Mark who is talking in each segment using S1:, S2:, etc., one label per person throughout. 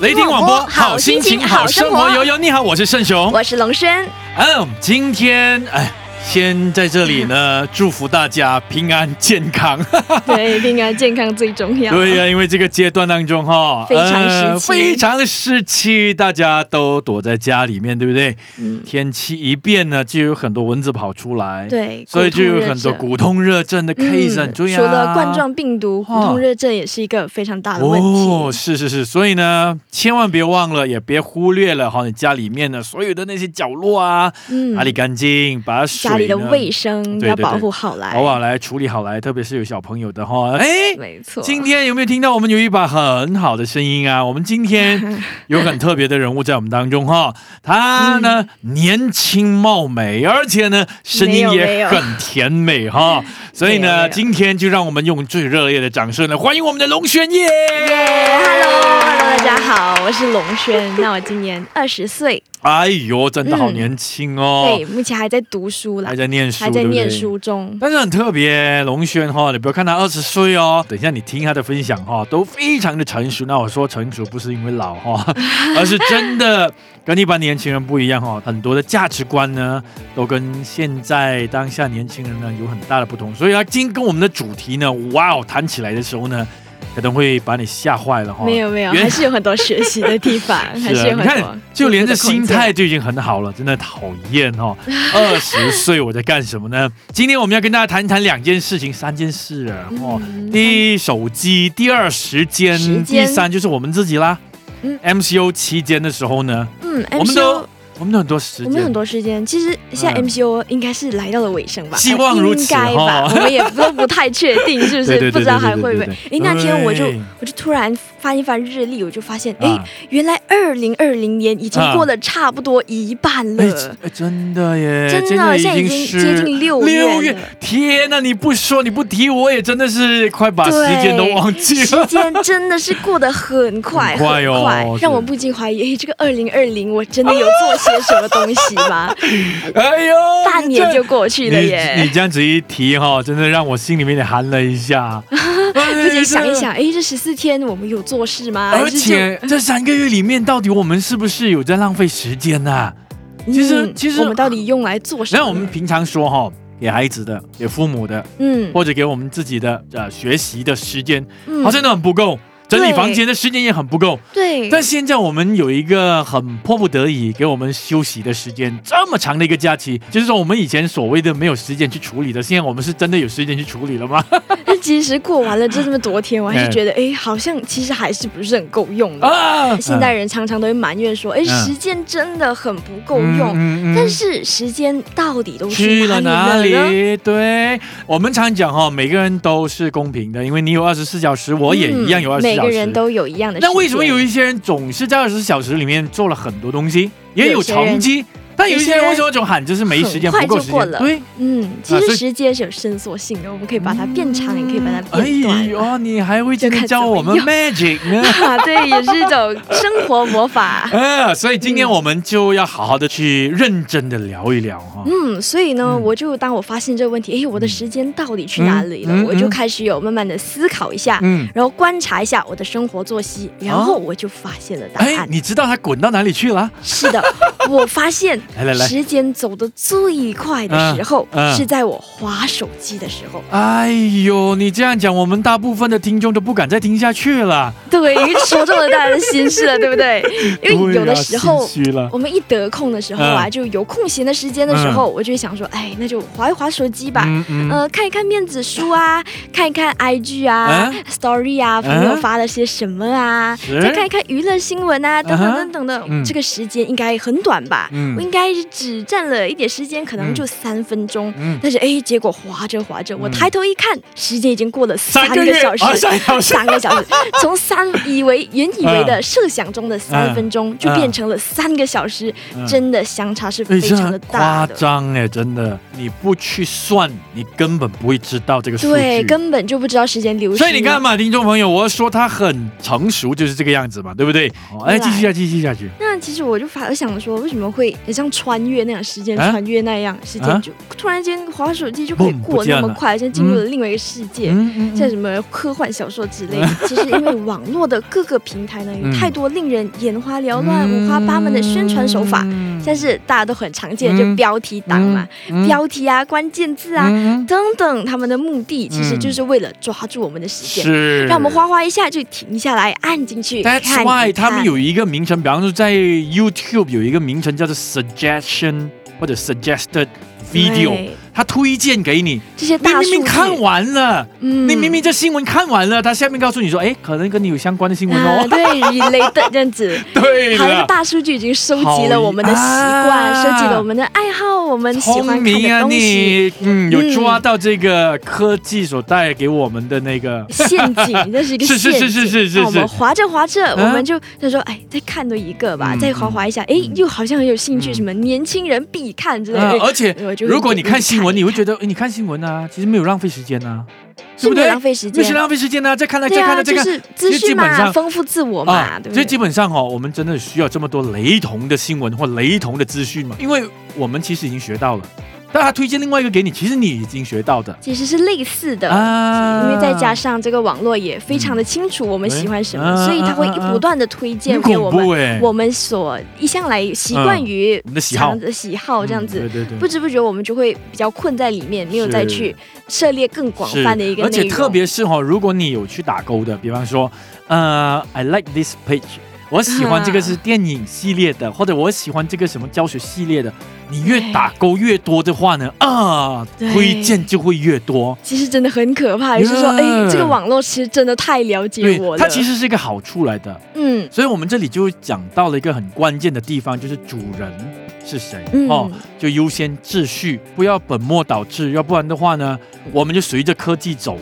S1: 雷霆广播，好心情，好生活。悠悠，你好，我是盛雄。
S2: 我是龙 轩，
S1: 嗯，今天哎，先在这里 呢，祝福大家平安健康。
S2: 对，平安健康最重要。
S1: 对呀、因为这个阶段当中哈，呃
S2: 非常时期
S1: 非常时期，大家都躲在家里面，对不对？
S2: 嗯，
S1: 天气一变呢，就有很多蚊子跑出来，，
S2: 对，
S1: 所以就有很多
S2: 骨
S1: 骨痛热症的
S2: 痛热
S1: case 啊
S2: 症
S1: 很重
S2: 嗯
S1: 要、
S2: 除了冠状病毒，骨痛热症也是一个非常大的问
S1: 哦，
S2: 题。
S1: 是是是，所以呢，千万别忘了，也别忽略了哈，你家里面的所有的那些角落啊，
S2: 嗯
S1: 哪里干净，把水
S2: 家里的
S1: 呢
S2: 卫生
S1: 对
S2: 要
S1: 对
S2: 保
S1: 对
S2: 护好来。
S1: 好好啊来处理好来，特别是有小朋友的哈，哎。
S2: 没错。
S1: 今天有没有听到我们有一把很好的声音啊？我们今 天有很特别的人物在我们当中哈，他呢
S2: 嗯
S1: 年轻貌美，而且呢声音
S2: 没有没
S1: 也
S2: 有
S1: 很甜美哈，所
S2: 没
S1: 以
S2: 有没
S1: 呢
S2: 有
S1: 今天就让我们用最热烈的掌声来欢迎我们的龙轩耶！
S2: 耶，Hello，Hello，大家好，我是龙轩。那我今年二十岁，
S1: 哎呦，真的好
S2: 嗯
S1: 年轻哦
S2: 对，，目前还在读书啦
S1: 还，在念书，
S2: 还在念
S1: 对不对。哦
S2: 书中。
S1: 但是很特别，龙轩哈、你不要看他二十岁哦，等一下你听他的分享哈、都非常的成熟。那我说成熟不是因为 老哈、而是真的跟一般年轻人不一样哈、很多的价值观呢，都跟现在当下年轻人呢有很大的不同。所以他今天跟我们的主题呢，哇哦，谈起来的时候呢，可能会把你吓坏了哈、
S2: 没有没有，
S1: 原
S2: 还是有很多学习的地方，还
S1: 是
S2: 是
S1: 啊，
S2: 有
S1: 你
S2: 很多
S1: 看，就连这
S2: 进步的空
S1: 心
S2: 间
S1: 态就已经很好了，真的讨厌哦。二十岁我在干什么呢？今天我们要跟大家谈一谈两件事情，三件事啊哦。
S2: 嗯
S1: 第一，手机；第二，时间；
S2: 时
S1: 第
S2: 间
S1: 三，就是我们自己啦。
S2: 嗯
S1: MCO 期间的时候呢，
S2: 嗯
S1: 我们
S2: ，MCO
S1: 都我们都很多时
S2: 我们有
S1: 间
S2: 很。多时间，其实现在
S1: 嗯
S2: MCO 应该是来到了尾声吧，
S1: 希望如此
S2: 应该 吧，
S1: 哦
S2: 我们也都不太确定，是不
S1: 对对
S2: 是？
S1: 对
S2: 不知道还
S1: 对对
S2: 会不会
S1: 对对？对
S2: 诶，那天我就
S1: 对
S2: 我就突然翻一翻日历，我就发现，诶，
S1: 啊
S2: 原来二零二零年已经
S1: 啊
S2: 过了差不多一半
S1: 哎
S2: 了，
S1: 哎真的耶，
S2: 真的，现在已经接
S1: 是
S2: 近六
S1: 六
S2: 月
S1: 月
S2: 了。，
S1: 天呐，你不说你不提，我也真的是快把时间都忘记了。
S2: 时间真的是过得很快，
S1: 很快哦
S2: 很快让
S1: 是
S2: 我不禁怀疑，诶，这个二零二零我真的有做些什么东西 吗？
S1: 哎呦，
S2: 半年就过去
S1: 你
S2: 了
S1: 你
S2: 耶！
S1: 这样子一提哈、真的让我心里面也寒了一 下。
S2: 自
S1: 自
S2: 己想一，想，诶，这十四天我们有做事吗？
S1: 而
S2: 还是就
S1: 且这三个月里面，到底我们是不是有在浪费时间呐、其实
S2: 嗯
S1: 其实
S2: 我们到底用来做什么？
S1: 那我们平常说哈、给孩子的、给父母的，
S2: 嗯
S1: 或者给我们自己的呃学习的时间，
S2: 嗯
S1: 好像都很不够。整理
S2: 对
S1: 房间的时间也很不够，
S2: 对，
S1: 但现在我们有一个很迫不得已给我们休息的时间，这么长的一个假期，就是说我们以前所谓的没有时间去处理的，现在我们是真的有时间去处理了吗？
S2: 但其实过完了这么多天，我还
S1: 哎
S2: 是觉得，哎，好像其实还是不是很够用的。
S1: 啊，
S2: 现代人常常都会埋怨说，哎，
S1: 嗯
S2: 时间真的很不够
S1: 嗯
S2: 用。
S1: 嗯嗯
S2: 但是时间到底都
S1: 去了哪
S2: 哪里了呢？
S1: 里？对我们常讲哈、哦，每个人都是公平的，因为你有二十四小时，我也一样有
S2: 嗯
S1: 二十四
S2: 每
S1: 小时。
S2: 个人都有一样的时间。
S1: 那为什么有一些人总是在二十四小时里面做了很多东西，也有
S2: 有些人
S1: 成绩？但有一些人
S2: 有些人
S1: 为什么总喊就是没时间，
S2: 很快
S1: 不够
S2: 就
S1: 时
S2: 过
S1: 间？
S2: 了
S1: 对，
S2: 嗯，其
S1: 啊所以
S2: 实时间是有伸缩性的，我们可以把它变长，也可以把它
S1: 哎
S2: 变短。
S1: 呦，你还会今
S2: 就
S1: 天
S2: 看
S1: 教
S2: 怎么
S1: 我们
S2: 用
S1: magic 呢？
S2: 啊，对，也是一种生活魔法。
S1: 呃，所以今天
S2: 嗯
S1: 我们就要好好的去认真的聊一聊哈。
S2: 嗯，所以呢，
S1: 嗯
S2: 我就当我发现这个问题，哎诶，我的时间到底去哪里了？
S1: 嗯嗯
S2: 我就
S1: 嗯
S2: 开始有慢慢的思考一下，
S1: 嗯，哦
S2: 然后观察一下我的生活作息，然后我就发现了答
S1: 哎，
S2: 案。
S1: 你知道它滚到哪里去了？
S2: 是的，我发现
S1: 来来来
S2: 时间走得最快的时候、
S1: 嗯嗯
S2: 是在我划手机的时候。
S1: 哎呦，你这样讲，我们大部分的听众都不敢再听下去了。
S2: 对，说中了大家的心事了，对不 对？因为有的时候。
S1: 对啊心虚了。
S2: 我们一得空的时候啊，
S1: 嗯
S2: 就有空闲的时间的时候，我就会想说，哎，那就划一划手机吧，
S1: 嗯嗯，
S2: 呃，看一看面子书 啊，看一看 IG 啊、
S1: 嗯
S2: Story 啊，朋友
S1: 嗯
S2: 发了些什么啊，
S1: 是
S2: 再看一看娱乐新闻啊，等
S1: 嗯
S2: 等
S1: 哼
S2: 等等的。
S1: 嗯
S2: 这个时间应该很短吧？
S1: 嗯
S2: 我应该只占了一点时间，可能
S1: 嗯
S2: 就三分钟。
S1: 嗯
S2: 但是哎，结果划着划着，我
S1: 嗯
S2: 抬头一看，时间已经过了
S1: 三
S2: 三
S1: 个月
S2: 小时，
S1: 啊三小时
S2: 三个 小时，从三以为原以为的设想中的三
S1: 嗯
S2: 分钟，就
S1: 嗯
S2: 变成了三个小时，
S1: 嗯
S2: 真的相差是
S1: 哎
S2: 非
S1: 这
S2: 常的
S1: 很
S2: 大
S1: 夸
S2: 的。
S1: 张哎，真的，你不去算，你根本不会知道这个数据。
S2: 对，根本就不知道时间流逝。
S1: 所以你看嘛，听众朋友，我说他很成熟，就是这个样子嘛，对不对？哦哎，继续下去，继续下去。
S2: 那其实我就反而想说，为什么会你知像穿越那样时间
S1: 啊
S2: 穿越那样，时间
S1: 啊
S2: 就突然间滑手机就可以
S1: 嘣不
S2: 过
S1: 见
S2: 那么
S1: 了
S2: 快，像进入了另外一个世界。
S1: 嗯
S2: 像什么科幻小说之类的，其实因为网络的各个平台呢，有
S1: 嗯
S2: 太多令人眼花缭乱、五花八门的宣传手法，像是大家都很常见，就
S1: 嗯
S2: 标题党嘛，标题啊、关键字啊、
S1: 嗯
S2: 等等，他们的目的其实
S1: 嗯
S2: 就是为了抓住我们的时间，
S1: 是，
S2: 让我们哗哗一下就停下来，按进去看
S1: That's
S2: 一看。
S1: why 他们有一个名称，比方说在 YouTube 有一个名称叫做 suggestion 或者 suggested video，
S2: 对
S1: 他推荐给你，
S2: 这些
S1: 你
S2: 大数
S1: 明
S2: 据，
S1: 明看完了，
S2: 嗯
S1: 你明明这新闻看完了，他下面告诉你说，哎，可能跟你有相关的新闻
S2: 啊，
S1: 哦。
S2: 对 related 这样子。
S1: 对
S2: 哎好，那个
S1: 了，
S2: 大数据已经收集了我们的习惯，
S1: 好
S2: 收集
S1: 啊
S2: 了我们的爱好，我们喜欢
S1: 聪
S2: 看
S1: 明
S2: 的
S1: 啊
S2: 东西。
S1: 你，嗯，有
S2: 嗯
S1: 抓到这个科技所带给我们的那个，
S2: 陷阱，那是一个
S1: 是
S2: 陷
S1: 是
S2: 阱。
S1: 是是是是
S2: 那我们
S1: 是，
S2: 划着划着，
S1: 嗯
S2: 我们就他说，哎，再看多一个吧，
S1: 嗯
S2: 再划划一下，哎，又好像很有兴趣，
S1: 嗯
S2: 什么年轻人必看之类
S1: 啊
S2: 的。哎
S1: 而且
S2: 嗯我就会
S1: 如果你看
S2: 一
S1: 新闻，你
S2: 直
S1: 会觉得，哎，你看新闻啊，其实没有浪费时间啊，对
S2: 是
S1: 不
S2: 没有
S1: 对？
S2: 浪费时
S1: 那是
S2: 间。
S1: 浪费时间啊，再看来
S2: 对
S1: 再看
S2: 啊，
S1: 来再
S2: 就
S1: 看。
S2: 是资
S1: 基
S2: 讯
S1: 本
S2: 嘛，
S1: 上
S2: 丰富自我嘛，对不
S1: 啊所
S2: 对？
S1: 以基本上哦，我们真的需要这么多雷同的新闻或雷同的资讯嘛？因为我们其实已经学到了，但他推荐另外一个给你，其实你已经学到的
S2: 其实是类似的。
S1: 啊
S2: 因为再加上这个网络也非常的清楚我们喜欢什么，
S1: 嗯
S2: 所以它会一不断的推荐
S1: 很
S2: 给我
S1: 恐
S2: 们
S1: 怖，哎，啊
S2: 我们所一向来习惯于
S1: 我们的喜好
S2: 常的喜好这样子
S1: 嗯。对对
S2: 不
S1: 对。
S2: 知不觉我们就会比较困在里面，没有再去涉猎更广
S1: 是
S2: 泛的一个内容。
S1: 而且特别是哦，如果你有去打勾的，比方说，呃，I like this page，我喜欢这个是电影系列的，或者我喜欢这个什么教学系列的，你越
S2: 对
S1: 打勾越多的话呢，啊，
S2: 对
S1: 推荐就会越多。
S2: 其实真的很可怕，就是说，
S1: Yeah
S2: 哎，这个网络其实真的太了解我了。
S1: 嗯它其实是一个好处来的。
S2: 嗯
S1: 所以我们这里就讲到了一个很关键的地方，就是主人是谁、
S2: 嗯
S1: 哦，就优先秩序，不要本末倒置，要不然的话呢，我们就随着科技走，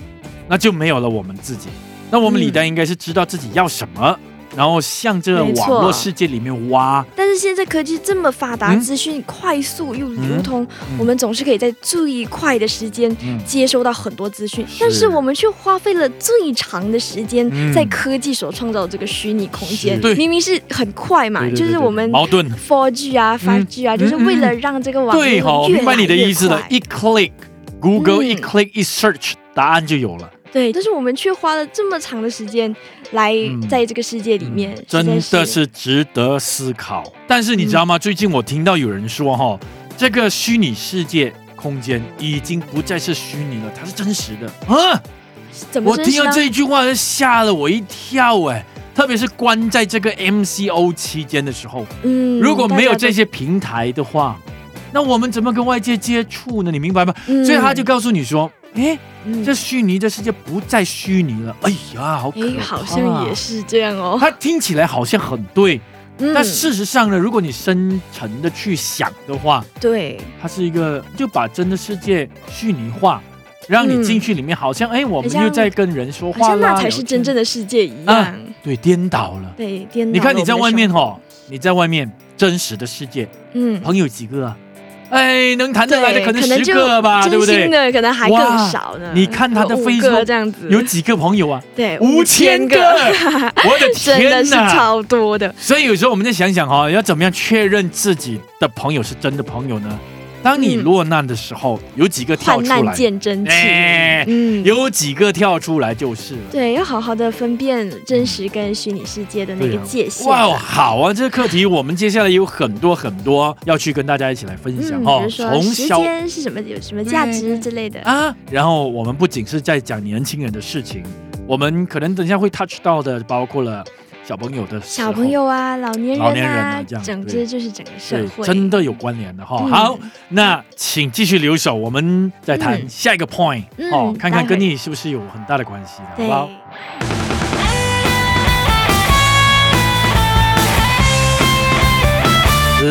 S1: 那就没有了我们自己。那我们
S2: 嗯
S1: 李丹应该是知道自己要什么，然后向这
S2: 没
S1: 网
S2: 错
S1: 络世界里面挖。
S2: 但是现在科技这么发达，
S1: 嗯
S2: 资讯快速又流
S1: 嗯
S2: 通，
S1: 嗯
S2: 我们总是可以在最快的时间。
S1: 嗯，
S2: 接收到很多资讯，
S1: 是
S2: 但是我们却花费了最长的时间
S1: 嗯
S2: 在科技所创造的这个虚拟空间
S1: 是对，
S2: 明明是很快嘛，
S1: 嗯对对
S2: 就是
S1: 对嗯
S2: 我们
S1: 矛盾。
S2: 4 G 啊、5 G 啊，就是为了让这个网络
S1: 对
S2: 越
S1: 哈、
S2: 来
S1: 我
S2: 越
S1: 明白你的意思了
S2: 快，
S1: 一 click Google、
S2: 嗯
S1: 一 click 一 search，答案就有了。
S2: 对，但是我们却花了这么长的时间来
S1: 嗯
S2: 在这个世界里面，
S1: 嗯
S2: 实
S1: 真
S2: 在
S1: 的是值得思考。但是你知道吗？最近我听到有人说，哈，这个虚拟世界空间已经不再是虚拟了，它是真实的。啊，
S2: 怎么
S1: 我
S2: 真
S1: 听
S2: 实
S1: 到
S2: 呢？
S1: 这一句话吓了我一跳，哎。特别是关在这个 MCO 期间的时候，
S2: 嗯
S1: 如果没有这
S2: 些，
S1: 些平台的话，那我们怎么跟外界接触呢？你明白吗？
S2: 嗯
S1: 所以他就告诉你说：“诶，
S2: 嗯
S1: 这虚拟的世界不再虚拟了。”哎呀，好可
S2: 哎，
S1: 怕！
S2: 好像也是这样哦。
S1: 他听起来好像很对，
S2: 嗯
S1: 但事实上呢，如果你深沉的去想的话，
S2: 对，
S1: 它是一个就把真的世界虚拟化，让你进去里面，好像哎，我们
S2: 嗯好像
S1: 又在跟人说
S2: 好
S1: 话
S2: 像
S1: 啦，
S2: 那才是真正
S1: 的
S2: 的世界一
S1: 啊
S2: 样。
S1: 对颠倒了。
S2: 对，颠倒
S1: 你看
S2: 了
S1: 你
S2: 我
S1: 在
S2: 们的
S1: 外面
S2: 生活
S1: 哦，你在外面真实的世界，
S2: 嗯，
S1: 朋友几个啊？哎，能谈得
S2: 对
S1: 来的可能
S2: 可能
S1: 十
S2: 就
S1: 个吧，对
S2: 真
S1: 不
S2: 心
S1: 对？
S2: 的可能还更
S1: 哇
S2: 少呢。
S1: 你看他的
S2: 有五
S1: Facebook
S2: 个这样子，
S1: 有几个朋友啊？
S2: 对
S1: 五千个， 我的
S2: 真的
S1: 天
S2: 是
S1: 哪！
S2: 超多的。
S1: 所以有时候我们在想想哈、哦，要怎么样确认自己的朋友是真的朋友呢？当你
S2: 嗯
S1: 落难的时候，有几个跳
S2: 患
S1: 出
S2: 嗯难
S1: 来，
S2: 见真情，
S1: 哎
S2: 嗯，
S1: 有几个跳出来就是了。
S2: 对，要好好的分辨真实跟虚拟世界的那
S1: 对
S2: 个
S1: 啊
S2: 界限
S1: 哇，
S2: 啊。
S1: 好啊！这个课题我们接下来有很多很多要去跟大家一起来分享
S2: 嗯，
S1: 哦
S2: 比。如说
S1: 从
S2: 时
S1: 小
S2: 间是什么，有什么价值之类的。
S1: 啊，然后我们不仅是在讲年轻人的事情，我们可能等一下会 touch 到的，包括了小朋友的时候
S2: 小朋。友啊，老年人
S1: 老年人啊这样
S2: 总
S1: 对
S2: 之就是整个社
S1: 对，
S2: 会
S1: 真的有关联的哈、
S2: 嗯
S1: 好，那请继续留守，我们再谈
S2: 嗯
S1: 下一个 point、
S2: 嗯
S1: 哦，看看
S2: 待会
S1: 跟你是不是有很大的关系，好
S2: 对
S1: 不好？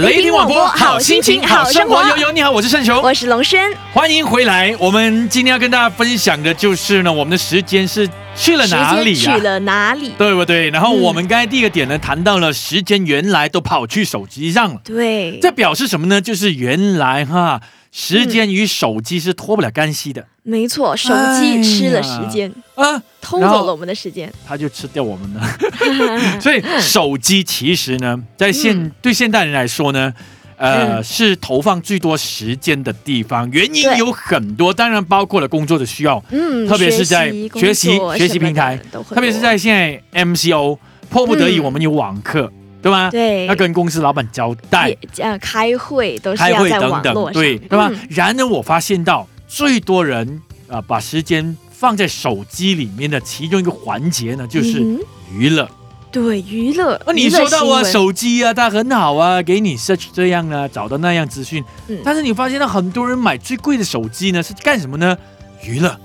S1: 雷霆
S2: 霆
S1: 广
S2: 广
S1: 播，
S2: 播
S1: 好心情，好生活。
S2: 嗯好生
S1: 悠
S2: 活
S1: 悠，你好，我是盛雄，
S2: 我是龙轩，
S1: 欢迎回来。我们今天要跟大家分享的就是呢，我们的时间是去了
S2: 时
S1: 哪
S2: 间
S1: 里呀、
S2: 去了哪里？
S1: 对不对？然后
S2: 嗯
S1: 我们刚才第一个点呢，谈到了时间原来都跑去手机上了，
S2: 对，
S1: 这表示什么呢？就是原来哈，时
S2: 嗯
S1: 间与手机是脱不了干系的、
S2: 没错，手
S1: 哎
S2: 机吃了
S1: 呀
S2: 时间，
S1: 啊，
S2: 偷
S1: 然后
S2: 走了我们的时间。
S1: 它就吃掉我 们了。所以手机其实呢，在现、对现代人来说呢，呃，
S2: 嗯
S1: 是投放最多时间的地方，原因
S2: 对
S1: 有很多，当然包括了工作的需要，
S2: 嗯，
S1: 特别是在
S2: 工
S1: 学习
S2: 作
S1: 学习
S2: 什么
S1: 平
S2: 的
S1: 台
S2: 都会
S1: 特别是
S2: 有
S1: 在现在 MCO 迫不得已，
S2: 嗯
S1: 我们有网课，对吗？
S2: 对
S1: 要跟公司老板交代
S2: 也，呃开会都是
S1: 开
S2: 要
S1: 会
S2: 在
S1: 等
S2: 网络
S1: 等，
S2: 上，
S1: 对，对吧
S2: 嗯？
S1: 然而我发现到最多人啊、呃把时间放在手机里面的其中一个环节呢，就是
S2: 嗯哼
S1: 娱乐。
S2: 对娱乐。
S1: 那、你
S2: 娱乐
S1: 说到
S2: 新
S1: 啊，
S2: 闻
S1: 手机啊，它很好啊，给你 search 这样啊，找到那样资讯。
S2: 嗯
S1: 但是你发现到很多人买最贵的手机呢，是干什么呢？娱乐，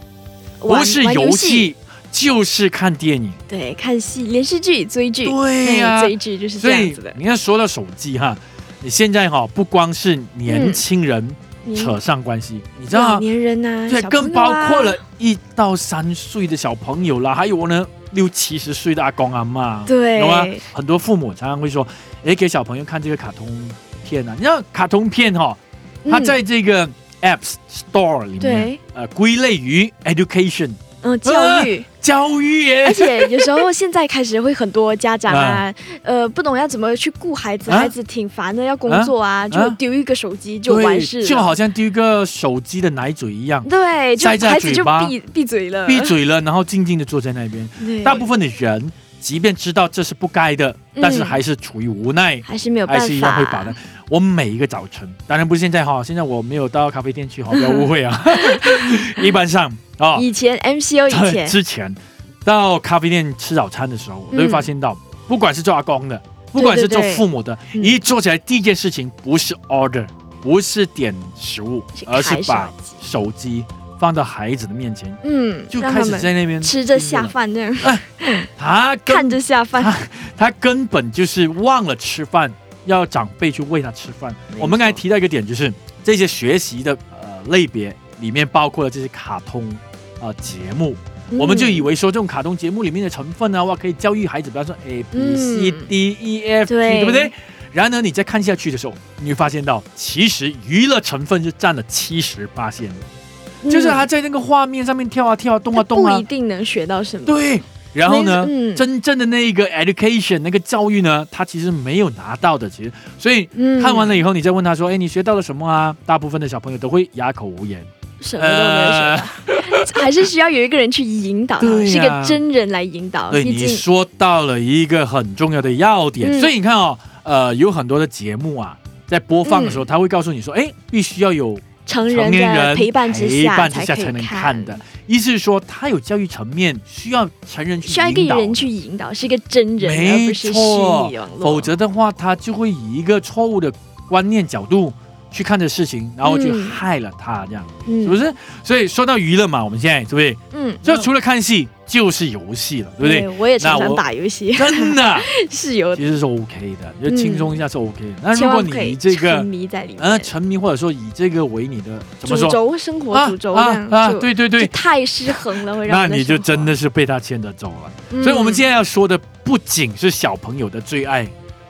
S2: 玩
S1: 不是
S2: 玩
S1: 游
S2: 游
S1: 戏，就是看电影。
S2: 对，看戏、连续剧、追剧，
S1: 对
S2: 嗯
S1: 呀
S2: 追剧就是
S1: 所
S2: 这样
S1: 以
S2: 子的。
S1: 你看，说到手机哈，你现在哈、不光是年轻人
S2: 你
S1: 扯上关系，你知道
S2: 老
S1: 吗？
S2: 嗯年人呐、
S1: 对，
S2: 小朋
S1: 更
S2: 友
S1: 包
S2: 啊
S1: 括了一到三岁的小朋友啦，还有呢六七十岁的阿公阿妈，
S2: 对
S1: 有吗？很多父母常常会说，诶，给小朋友看这个卡通片啊，你知道卡通片哈、它
S2: 嗯
S1: 在这个 Apps Store 里面，啊
S2: 对
S1: 呃，归类于 education
S2: 嗯教育，
S1: 教育耶
S2: 而。且有时候现在开始会很多家长啊，呃不懂要怎么去顾孩子，
S1: 啊
S2: 孩子挺烦的，要工作啊，就丢一个手机就
S1: 对
S2: 完事了，
S1: 就好像丢一个手机的奶嘴一样，
S2: 对，就
S1: 塞在
S2: 孩子
S1: 嘴
S2: 就
S1: 巴
S2: 闭闭嘴了，
S1: 闭嘴了，然后静静的坐在那边。
S2: 嗯对，
S1: 大部分的人，即便知道这是不该的，
S2: 嗯
S1: 但是还是处于无奈，
S2: 还是没有办
S1: 还
S2: 法，
S1: 是一样会把的。我每一个早晨，当然不是现在哈，现在我没有到咖啡店去哈，不要误 会啊。 一般上啊，
S2: 以前 MCO 以前，
S1: 之前到咖啡店吃早餐的时候，我都会
S2: 嗯
S1: 发现到，不管是做阿公的，不管是做
S2: 对
S1: 父母的，
S2: 嗯
S1: 一坐起来第一件事情不是 order，不是点食物，而是
S2: 开手
S1: 把
S2: 机
S1: 手机放到孩子的面前，
S2: 嗯，
S1: 就
S2: 让
S1: 开
S2: 他
S1: 始
S2: 们
S1: 在嗯那边
S2: 吃着下饭这样，
S1: 他
S2: 看
S1: 根
S2: 着下饭，
S1: 啊他根本就是忘了吃饭，要长辈去喂他吃饭
S2: 没。错
S1: 我们刚才提到一个点，就是这些学习的呃类别里面包括了这些卡通啊、呃节目，
S2: 嗯
S1: 我们就以
S2: 为
S1: 为说这种卡通节目里面的成分啊，哇，可以教育孩子，比方说 A B
S2: 嗯
S1: C D E F G，、
S2: 对
S1: 对不对？然而你再看下去的时候，你会发现到，其实娱乐成分就占了七十八线，就是他在那个画面上面跳啊跳啊，动啊动
S2: 嗯不
S1: 啊
S2: 一，定能学到什么。
S1: 对。然后呢，
S2: 没嗯
S1: 真正的那一个 education 那个教育呢，他其实没有拿到的，其实，所以
S2: 嗯
S1: 看完
S2: 了
S1: 了以后，你再问他说，哎，你学到了什么啊？大部分的小朋友都会哑口无言。
S2: 什么都没有学到，还是需要有一个人去引导他，
S1: 呃对呀
S2: 是一个真人来引导。
S1: 对，
S2: 啊毕
S1: 你
S2: 竟
S1: 说到了一个很重要的要点，
S2: 嗯
S1: 所以你看哦，呃，有很多的节目啊，在播放的时候，他会告诉你说，哎，必须要有
S2: 嗯成
S1: 成
S2: 人
S1: 年
S2: 的
S1: 人
S2: 陪伴之
S1: 陪
S2: 下
S1: 伴之
S2: 才
S1: 下
S2: 可
S1: 才
S2: 以
S1: 能看的，，意思是说，他有教育层面，需要成人去
S2: 需要一个
S1: 引导
S2: 人去引导，是一个真人，而
S1: 没
S2: 不是虚拟
S1: 错
S2: 网，络。
S1: 否则的话，他就会以一个错误的观念角度去看这事情，然后就
S2: 嗯
S1: 害了他，这样、
S2: 嗯，
S1: 是不是？所以说到娱乐嘛，我们现在对不对？
S2: 嗯，
S1: 就
S2: 嗯
S1: 除了看戏就是游戏了，对不对？
S2: 我也常
S1: 那
S2: 常
S1: 我
S2: 打游戏，
S1: 真的，
S2: 是 有
S1: 其实是 OK 的，就轻松一下是 OK 的。那
S2: 嗯
S1: 如
S2: 千
S1: 果
S2: 万不可以
S1: 你这个
S2: 沉迷在里
S1: 呃
S2: 面，
S1: 沉迷，或者说以这个为你的怎
S2: 主
S1: 么说
S2: 轴生活主轴这样
S1: 啊，
S2: 就
S1: 对对对
S2: 就，太失衡了，会让
S1: 那
S2: 人的
S1: 你
S2: 生
S1: 就
S2: 活
S1: 真的是被他牵着走了。
S2: 嗯
S1: 所以，我们今天要说的不仅是小朋友的最爱，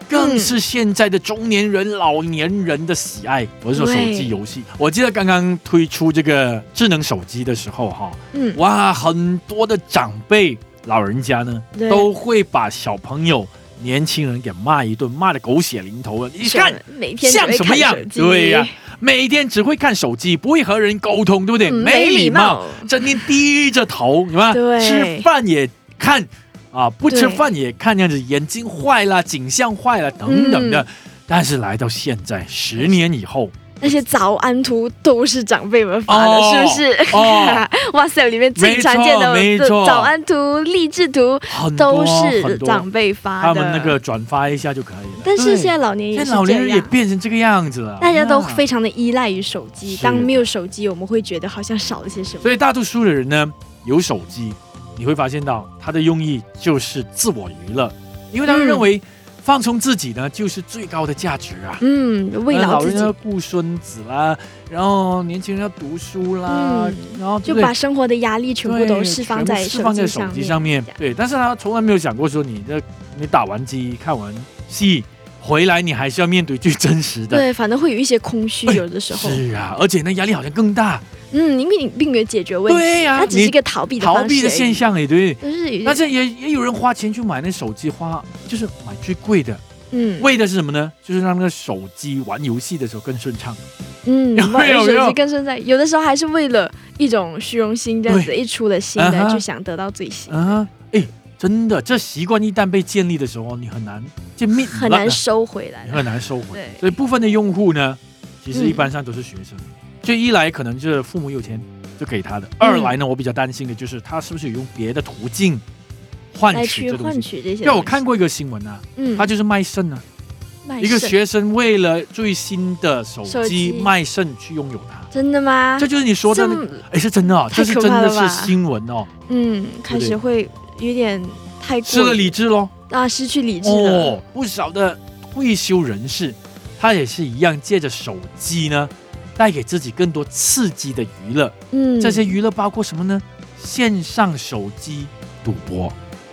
S1: 更是现在的中年人、老年人的喜爱。我是说手
S2: 对
S1: 机游戏。我记得刚刚推出这个智能手机的时候，哈，
S2: 嗯
S1: 哇，很多的长辈、老人家呢，
S2: 对
S1: 都会把小朋友、年轻人给骂一顿，骂的狗血淋头了。啊你看
S2: 是每天只
S1: 像
S2: 会
S1: 什么
S2: 看
S1: 样
S2: 手？机
S1: 对呀、每天只会看手机，不会和人沟通，对不对？
S2: 嗯
S1: 没礼
S2: 礼
S1: 貌。，整天低着头，你吧？
S2: 对
S1: 吃饭也看啊，不吃
S2: 对
S1: 饭也看，这样子眼睛坏了，景象坏了等等
S2: 嗯
S1: 的。但是来到现在，十年 以后，
S2: 那些早安图都是长辈们发的，
S1: 哦
S2: 是不是？
S1: 哦
S2: 哇塞，里面最常见的
S1: 没错没错
S2: 早安图、励志图
S1: 很多
S2: 都是
S1: 很多
S2: 长辈发
S1: 他
S2: 的。
S1: 们那个转发一下就可以了。
S2: 但是
S1: 对
S2: 现在老年
S1: 现
S2: 人
S1: 在
S2: 是
S1: 老年
S2: 这
S1: 人也
S2: 样。
S1: 变成这个样子了，
S2: 大家都
S1: 啊
S2: 非常的依赖于手机，
S1: 是啊
S2: 当没有手机，我们会觉得好像少了些什么。
S1: 所以大多数的人呢，有手机，你会发现到它的用意就是自我娱乐，因为他
S2: 嗯
S1: 们认为放松自己呢就是最高的价值啊。
S2: 嗯，慰
S1: 呃
S2: 劳
S1: 老
S2: 自
S1: 人
S2: 己，
S1: 要顾孙子啦，然后年轻人要读书啦，
S2: 嗯
S1: 然后
S2: 就
S1: 对
S2: 把生活的压力全部
S1: 对
S2: 都释放在
S1: 全部释放在手
S2: 上
S1: 机上面
S2: 这样。
S1: 对，但是他从来没有想过说你的你打完机看完戏回来，你还是要面对最真实的。
S2: 对，反正会有一些空虚，
S1: 哎
S2: 有的时候，
S1: 是啊，而且呢压力好像更大。
S2: 嗯，因为你并没有解决问题，
S1: 对呀、
S2: 它只是一
S1: 你
S2: 个逃避的
S1: 逃
S2: 方
S1: 避
S2: 式
S1: 的
S2: 而
S1: 现
S2: 已。
S1: 象哎，对。
S2: 但是有一些
S1: 但是也也有人花钱去买那手机花，就是买最贵的，
S2: 嗯
S1: 为的是什么呢？就是让那个手机玩游戏的时候更顺畅。
S2: 嗯
S1: 有，
S2: 玩
S1: 有
S2: 手
S1: 有
S2: 机更胜在有的时候还是为了一种虚荣心，这样子一出了新
S1: 啊
S2: 的
S1: 哈
S2: 就想得到最新，
S1: 啊，哎，真的，这习惯一旦被建立的时候，你很难就 meet
S2: 很难收回来
S1: 你
S2: 了。
S1: 很难收回。
S2: 对，
S1: 所以部分的用户呢，其实
S2: 嗯
S1: 一般上都是学生，就一来可能就是父母有钱就给他的，
S2: 嗯
S1: 二来呢，我比较担心的就是他是不是有用别的途径换
S2: 来
S1: 取
S2: 去
S1: 这东
S2: 换
S1: 西。
S2: 取这些。
S1: 对，我看，过一个新闻啊，
S2: 嗯，
S1: 他就是卖肾啊，
S2: 卖
S1: 一个
S2: 肾
S1: 学生为了最新的手
S2: 手
S1: 机
S2: 机
S1: 卖肾去拥有它，
S2: 真的吗？
S1: 这就是你说的那个，
S2: 这么
S1: 哎，是真的哦，
S2: 太
S1: 这是
S2: 可
S1: 真
S2: 怕
S1: 的
S2: 了吧
S1: 是新闻哦，
S2: 嗯，开始会有点太
S1: 失
S2: 过
S1: 了
S2: 于
S1: 理智喽。
S2: 啊，失去理智了。
S1: 哦，不少的退休人士，他也是一样，借着手机呢，带给自己更多刺激的娱乐。
S2: 嗯，
S1: 这些娱乐包括什么呢？线上手机赌博，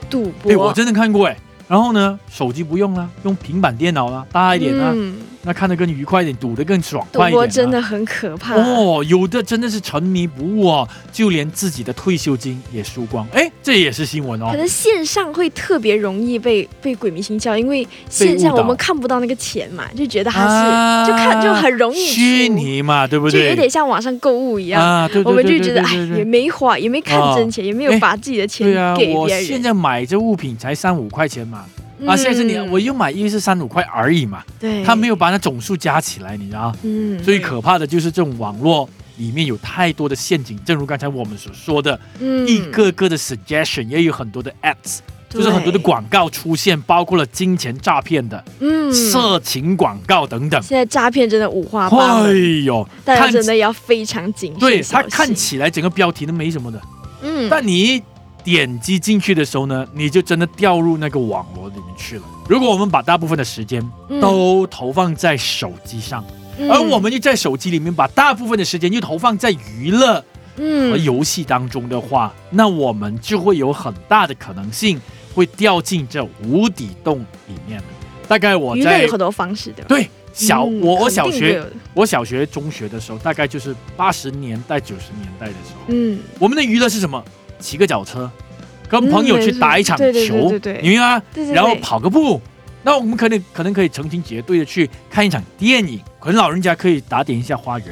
S2: 赌
S1: 哎，我
S2: 博
S1: 真的看过哎。然后呢，手机不用啦，用平板电脑啦，大一点啦，
S2: 嗯，
S1: 那看得更愉快一点，赌得更爽
S2: 赌
S1: 快一点
S2: 博
S1: 啊。
S2: 真的很可怕。
S1: 哦，有的真的是沉迷不悟哦，就连自己的退休金也输光。哎，这也是新闻哦
S2: 可。能线上会特别容易被被鬼迷心窍，因为线
S1: 被
S2: 上
S1: 误导
S2: 我们看不到那个钱嘛，就觉得它是、
S1: 啊
S2: 就看就很容易出
S1: 虚，拟嘛，对不
S2: 就
S1: 对？
S2: 有点像网上购物一样。
S1: 啊，对对
S2: 我们就觉得哎
S1: 对对对对哦
S2: 也没花，也没看真钱，也没有把自己的钱
S1: 对啊，
S2: 给
S1: 我
S2: 别
S1: 现
S2: 人。
S1: 在买这物品才三五块钱嘛，啊，
S2: 嗯
S1: 现在是你我又买一是三五块而已嘛，
S2: 对，
S1: 他没有把那总数加起来，你知道吗？
S2: 嗯，
S1: 最可怕的就是这种网络里面有太多的陷阱，正如刚才我们所说的，
S2: 嗯
S1: 一个个的 suggestion 也有很多的 ads，就是很多的
S2: 对
S1: 广告出现，包括了金钱诈骗的、
S2: 嗯，
S1: 色情广告等等。
S2: 现在诈骗真的五花八
S1: 哎
S2: 门，
S1: 呦，
S2: 大家
S1: 看
S2: 真
S1: 起
S2: 的要非常谨慎
S1: 对
S2: 小
S1: 它
S2: 心
S1: 看起来整个标题都没什么的，
S2: 嗯，
S1: 但你点击进去的时候呢，你就真的掉入那个网络里面去了。如果我们把大部分的时间都投放在手机上，
S2: 嗯，
S1: 而我们又在手机里面把大部分的时间又投放在娱乐和
S2: 嗯，
S1: 游戏当中的话，那我们就会有很大的可能性会掉进这无底洞里面了。大概我
S2: 娱乐
S1: 在
S2: 有很多方式，对吧？
S1: 对小
S2: 嗯
S1: 我
S2: 肯
S1: 我
S2: 定
S1: 小
S2: 会
S1: 学
S2: 有的
S1: 我小学中学的时候，大概就是八十年代九十年代的时候，
S2: 嗯，
S1: 我们的娱乐是什么？骑个脚车，跟朋友去打一场球，
S2: 嗯对对对对对对
S1: 你明白吗？
S2: 对对对，
S1: 然后跑个步。那我们可能可能可以成群结队的去看一场电影，可能老人家可以打点一下花园。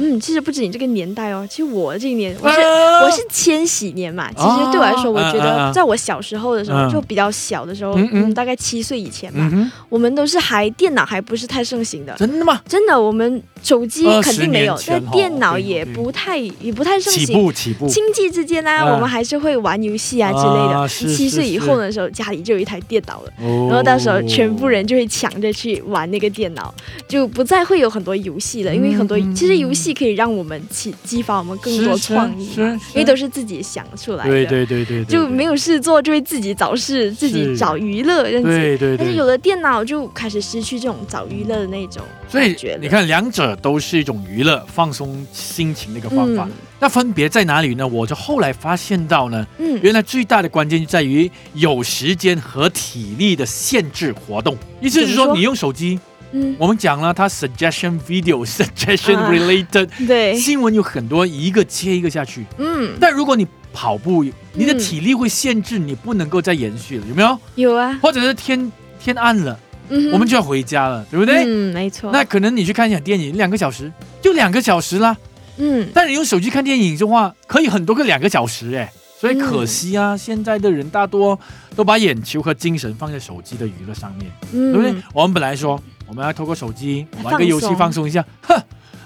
S2: 嗯，其实不止你这个年代哦，其实我这个年，我是、
S1: 啊
S2: 我是千禧年嘛。其实对我来说，
S1: 哦
S2: 我觉
S1: 嗯嗯
S2: 得
S1: 嗯
S2: 在我小时候的时候，
S1: 嗯
S2: 就比较小的时候，
S1: 嗯
S2: 嗯
S1: 嗯
S2: 大概七岁以前吧，
S1: 嗯
S2: 我们都是还电脑还不是太盛行的
S1: 哼，。真的吗？
S2: 真的，我们手机肯定没有，
S1: 20
S2: 但
S1: 年前哦
S2: 电脑也
S1: OK，OK
S2: 不太也不太盛
S1: 起
S2: 行。
S1: 步起步
S2: 亲戚之间啊，
S1: 嗯
S2: 我们还是会玩游戏啊之类
S1: 啊
S2: 的。
S1: 是
S2: 七
S1: 是
S2: 岁以
S1: 是
S2: 后的时候，家里就有一台电脑了。
S1: 然
S2: 然后到时候全部人就会抢着去玩那个电脑，就不再会有很多游戏了，因为很多
S1: 嗯
S2: 其实游戏可以让我们激激发我们更多创意嘛，
S1: 因
S2: 因为都是自己想出来的，
S1: 对对对对，对
S2: 就没有事做就会自己找事，自己找娱乐这样子。
S1: 对对对。
S2: 但是有了电脑就开始失去这种找娱乐的那种
S1: 所以
S2: 感觉了。
S1: 你看，两者都是一种娱乐、放松心情的一个方法。
S2: 嗯
S1: 那分别在哪里呢？我就后来发现到呢，
S2: 嗯
S1: 原来最大的关键就在于有时间和体力的限制活动。意思是
S2: 怎么
S1: 说，
S2: 说
S1: 你用手机，
S2: 嗯，
S1: 我们讲了它 suggestion video、suggestion
S2: 啊
S1: related、
S2: 对，
S1: 新闻有很多，一个接一个下去。
S2: 嗯，
S1: 但如果你跑步，你的
S2: 嗯
S1: 体力会限制，你不能够再延续了，有没有？
S2: 有啊，
S1: 或者是天天暗了，
S2: 嗯哼，
S1: 我们就要回家了，对不对？
S2: 嗯，没错，
S1: 那可能你去看一场电影，两个小时就两个小时啦。
S2: 嗯
S1: 但你用手机看电影的话，可以很多个两个小时哎，所以可惜啊，现在的人大多都把眼球和精神放在手机的娱乐上面，对不对？
S2: 嗯，
S1: 我们本来说我们要透过手机
S2: 来
S1: 玩个游戏
S2: 放松
S1: 放松一下，
S2: 嗯
S1: 哼，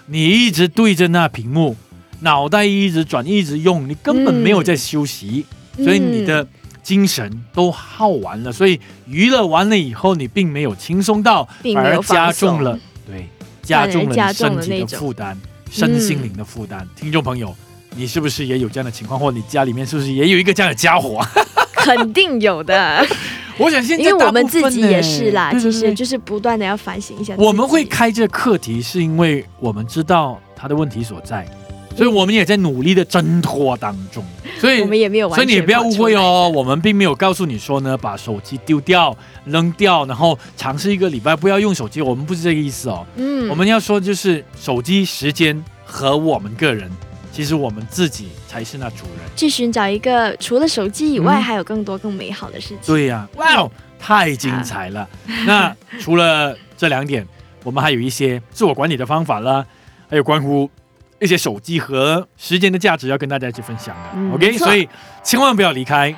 S1: 你一直对着那屏幕，脑袋一直转，一直用，你根本没有在休息，
S2: 嗯
S1: 所以你的。精神都耗完了，所以娱乐完了以后，你并没有轻松到，
S2: 并
S1: 反
S2: 没
S1: 而
S2: 有
S1: 加
S2: 放松
S1: 重了，对，加重了你身体的负担，
S2: 加重了那种
S1: 身心灵的
S2: 嗯
S1: 负担。听众朋友，你是不是也有这样的情况，或你家里面是不是也有一个这样的家伙？
S2: 肯定有 的。
S1: 我想现 在
S2: 因为
S1: 大
S2: 我们
S1: 部分
S2: 自己也是啦，
S1: 呢对
S2: 其
S1: 对
S2: 实
S1: 对
S2: 就是不断的要反省一下自己。
S1: 我们会开这课题，是因为我们知道他的问题所在，所以
S2: 嗯
S1: 我们也在努力的挣脱当中。所以
S2: 我们也没有完
S1: 所以
S2: 全
S1: 你也不要误会
S2: 跑出来。
S1: 哦，我们并没有告诉你说呢，把手机丢掉、扔掉，然后尝试一个礼拜不要用手机，我们不是这个意思哦。
S2: 嗯，
S1: 我们要说就是手机时间和我们个人，其实我们自己才是那主人。
S2: 去寻找一个除了手机以外，
S1: 嗯
S2: 还有更多更美好的事情。
S1: 对呀、哇哦，太精彩
S2: 啊
S1: 了。那除了这两点，我们还有一些自我管理的方法啦，还有关乎一些手机和时间的价值要跟大家一起分享的。
S3: 嗯没
S1: OK，
S3: 错
S1: 所以千万不要离开。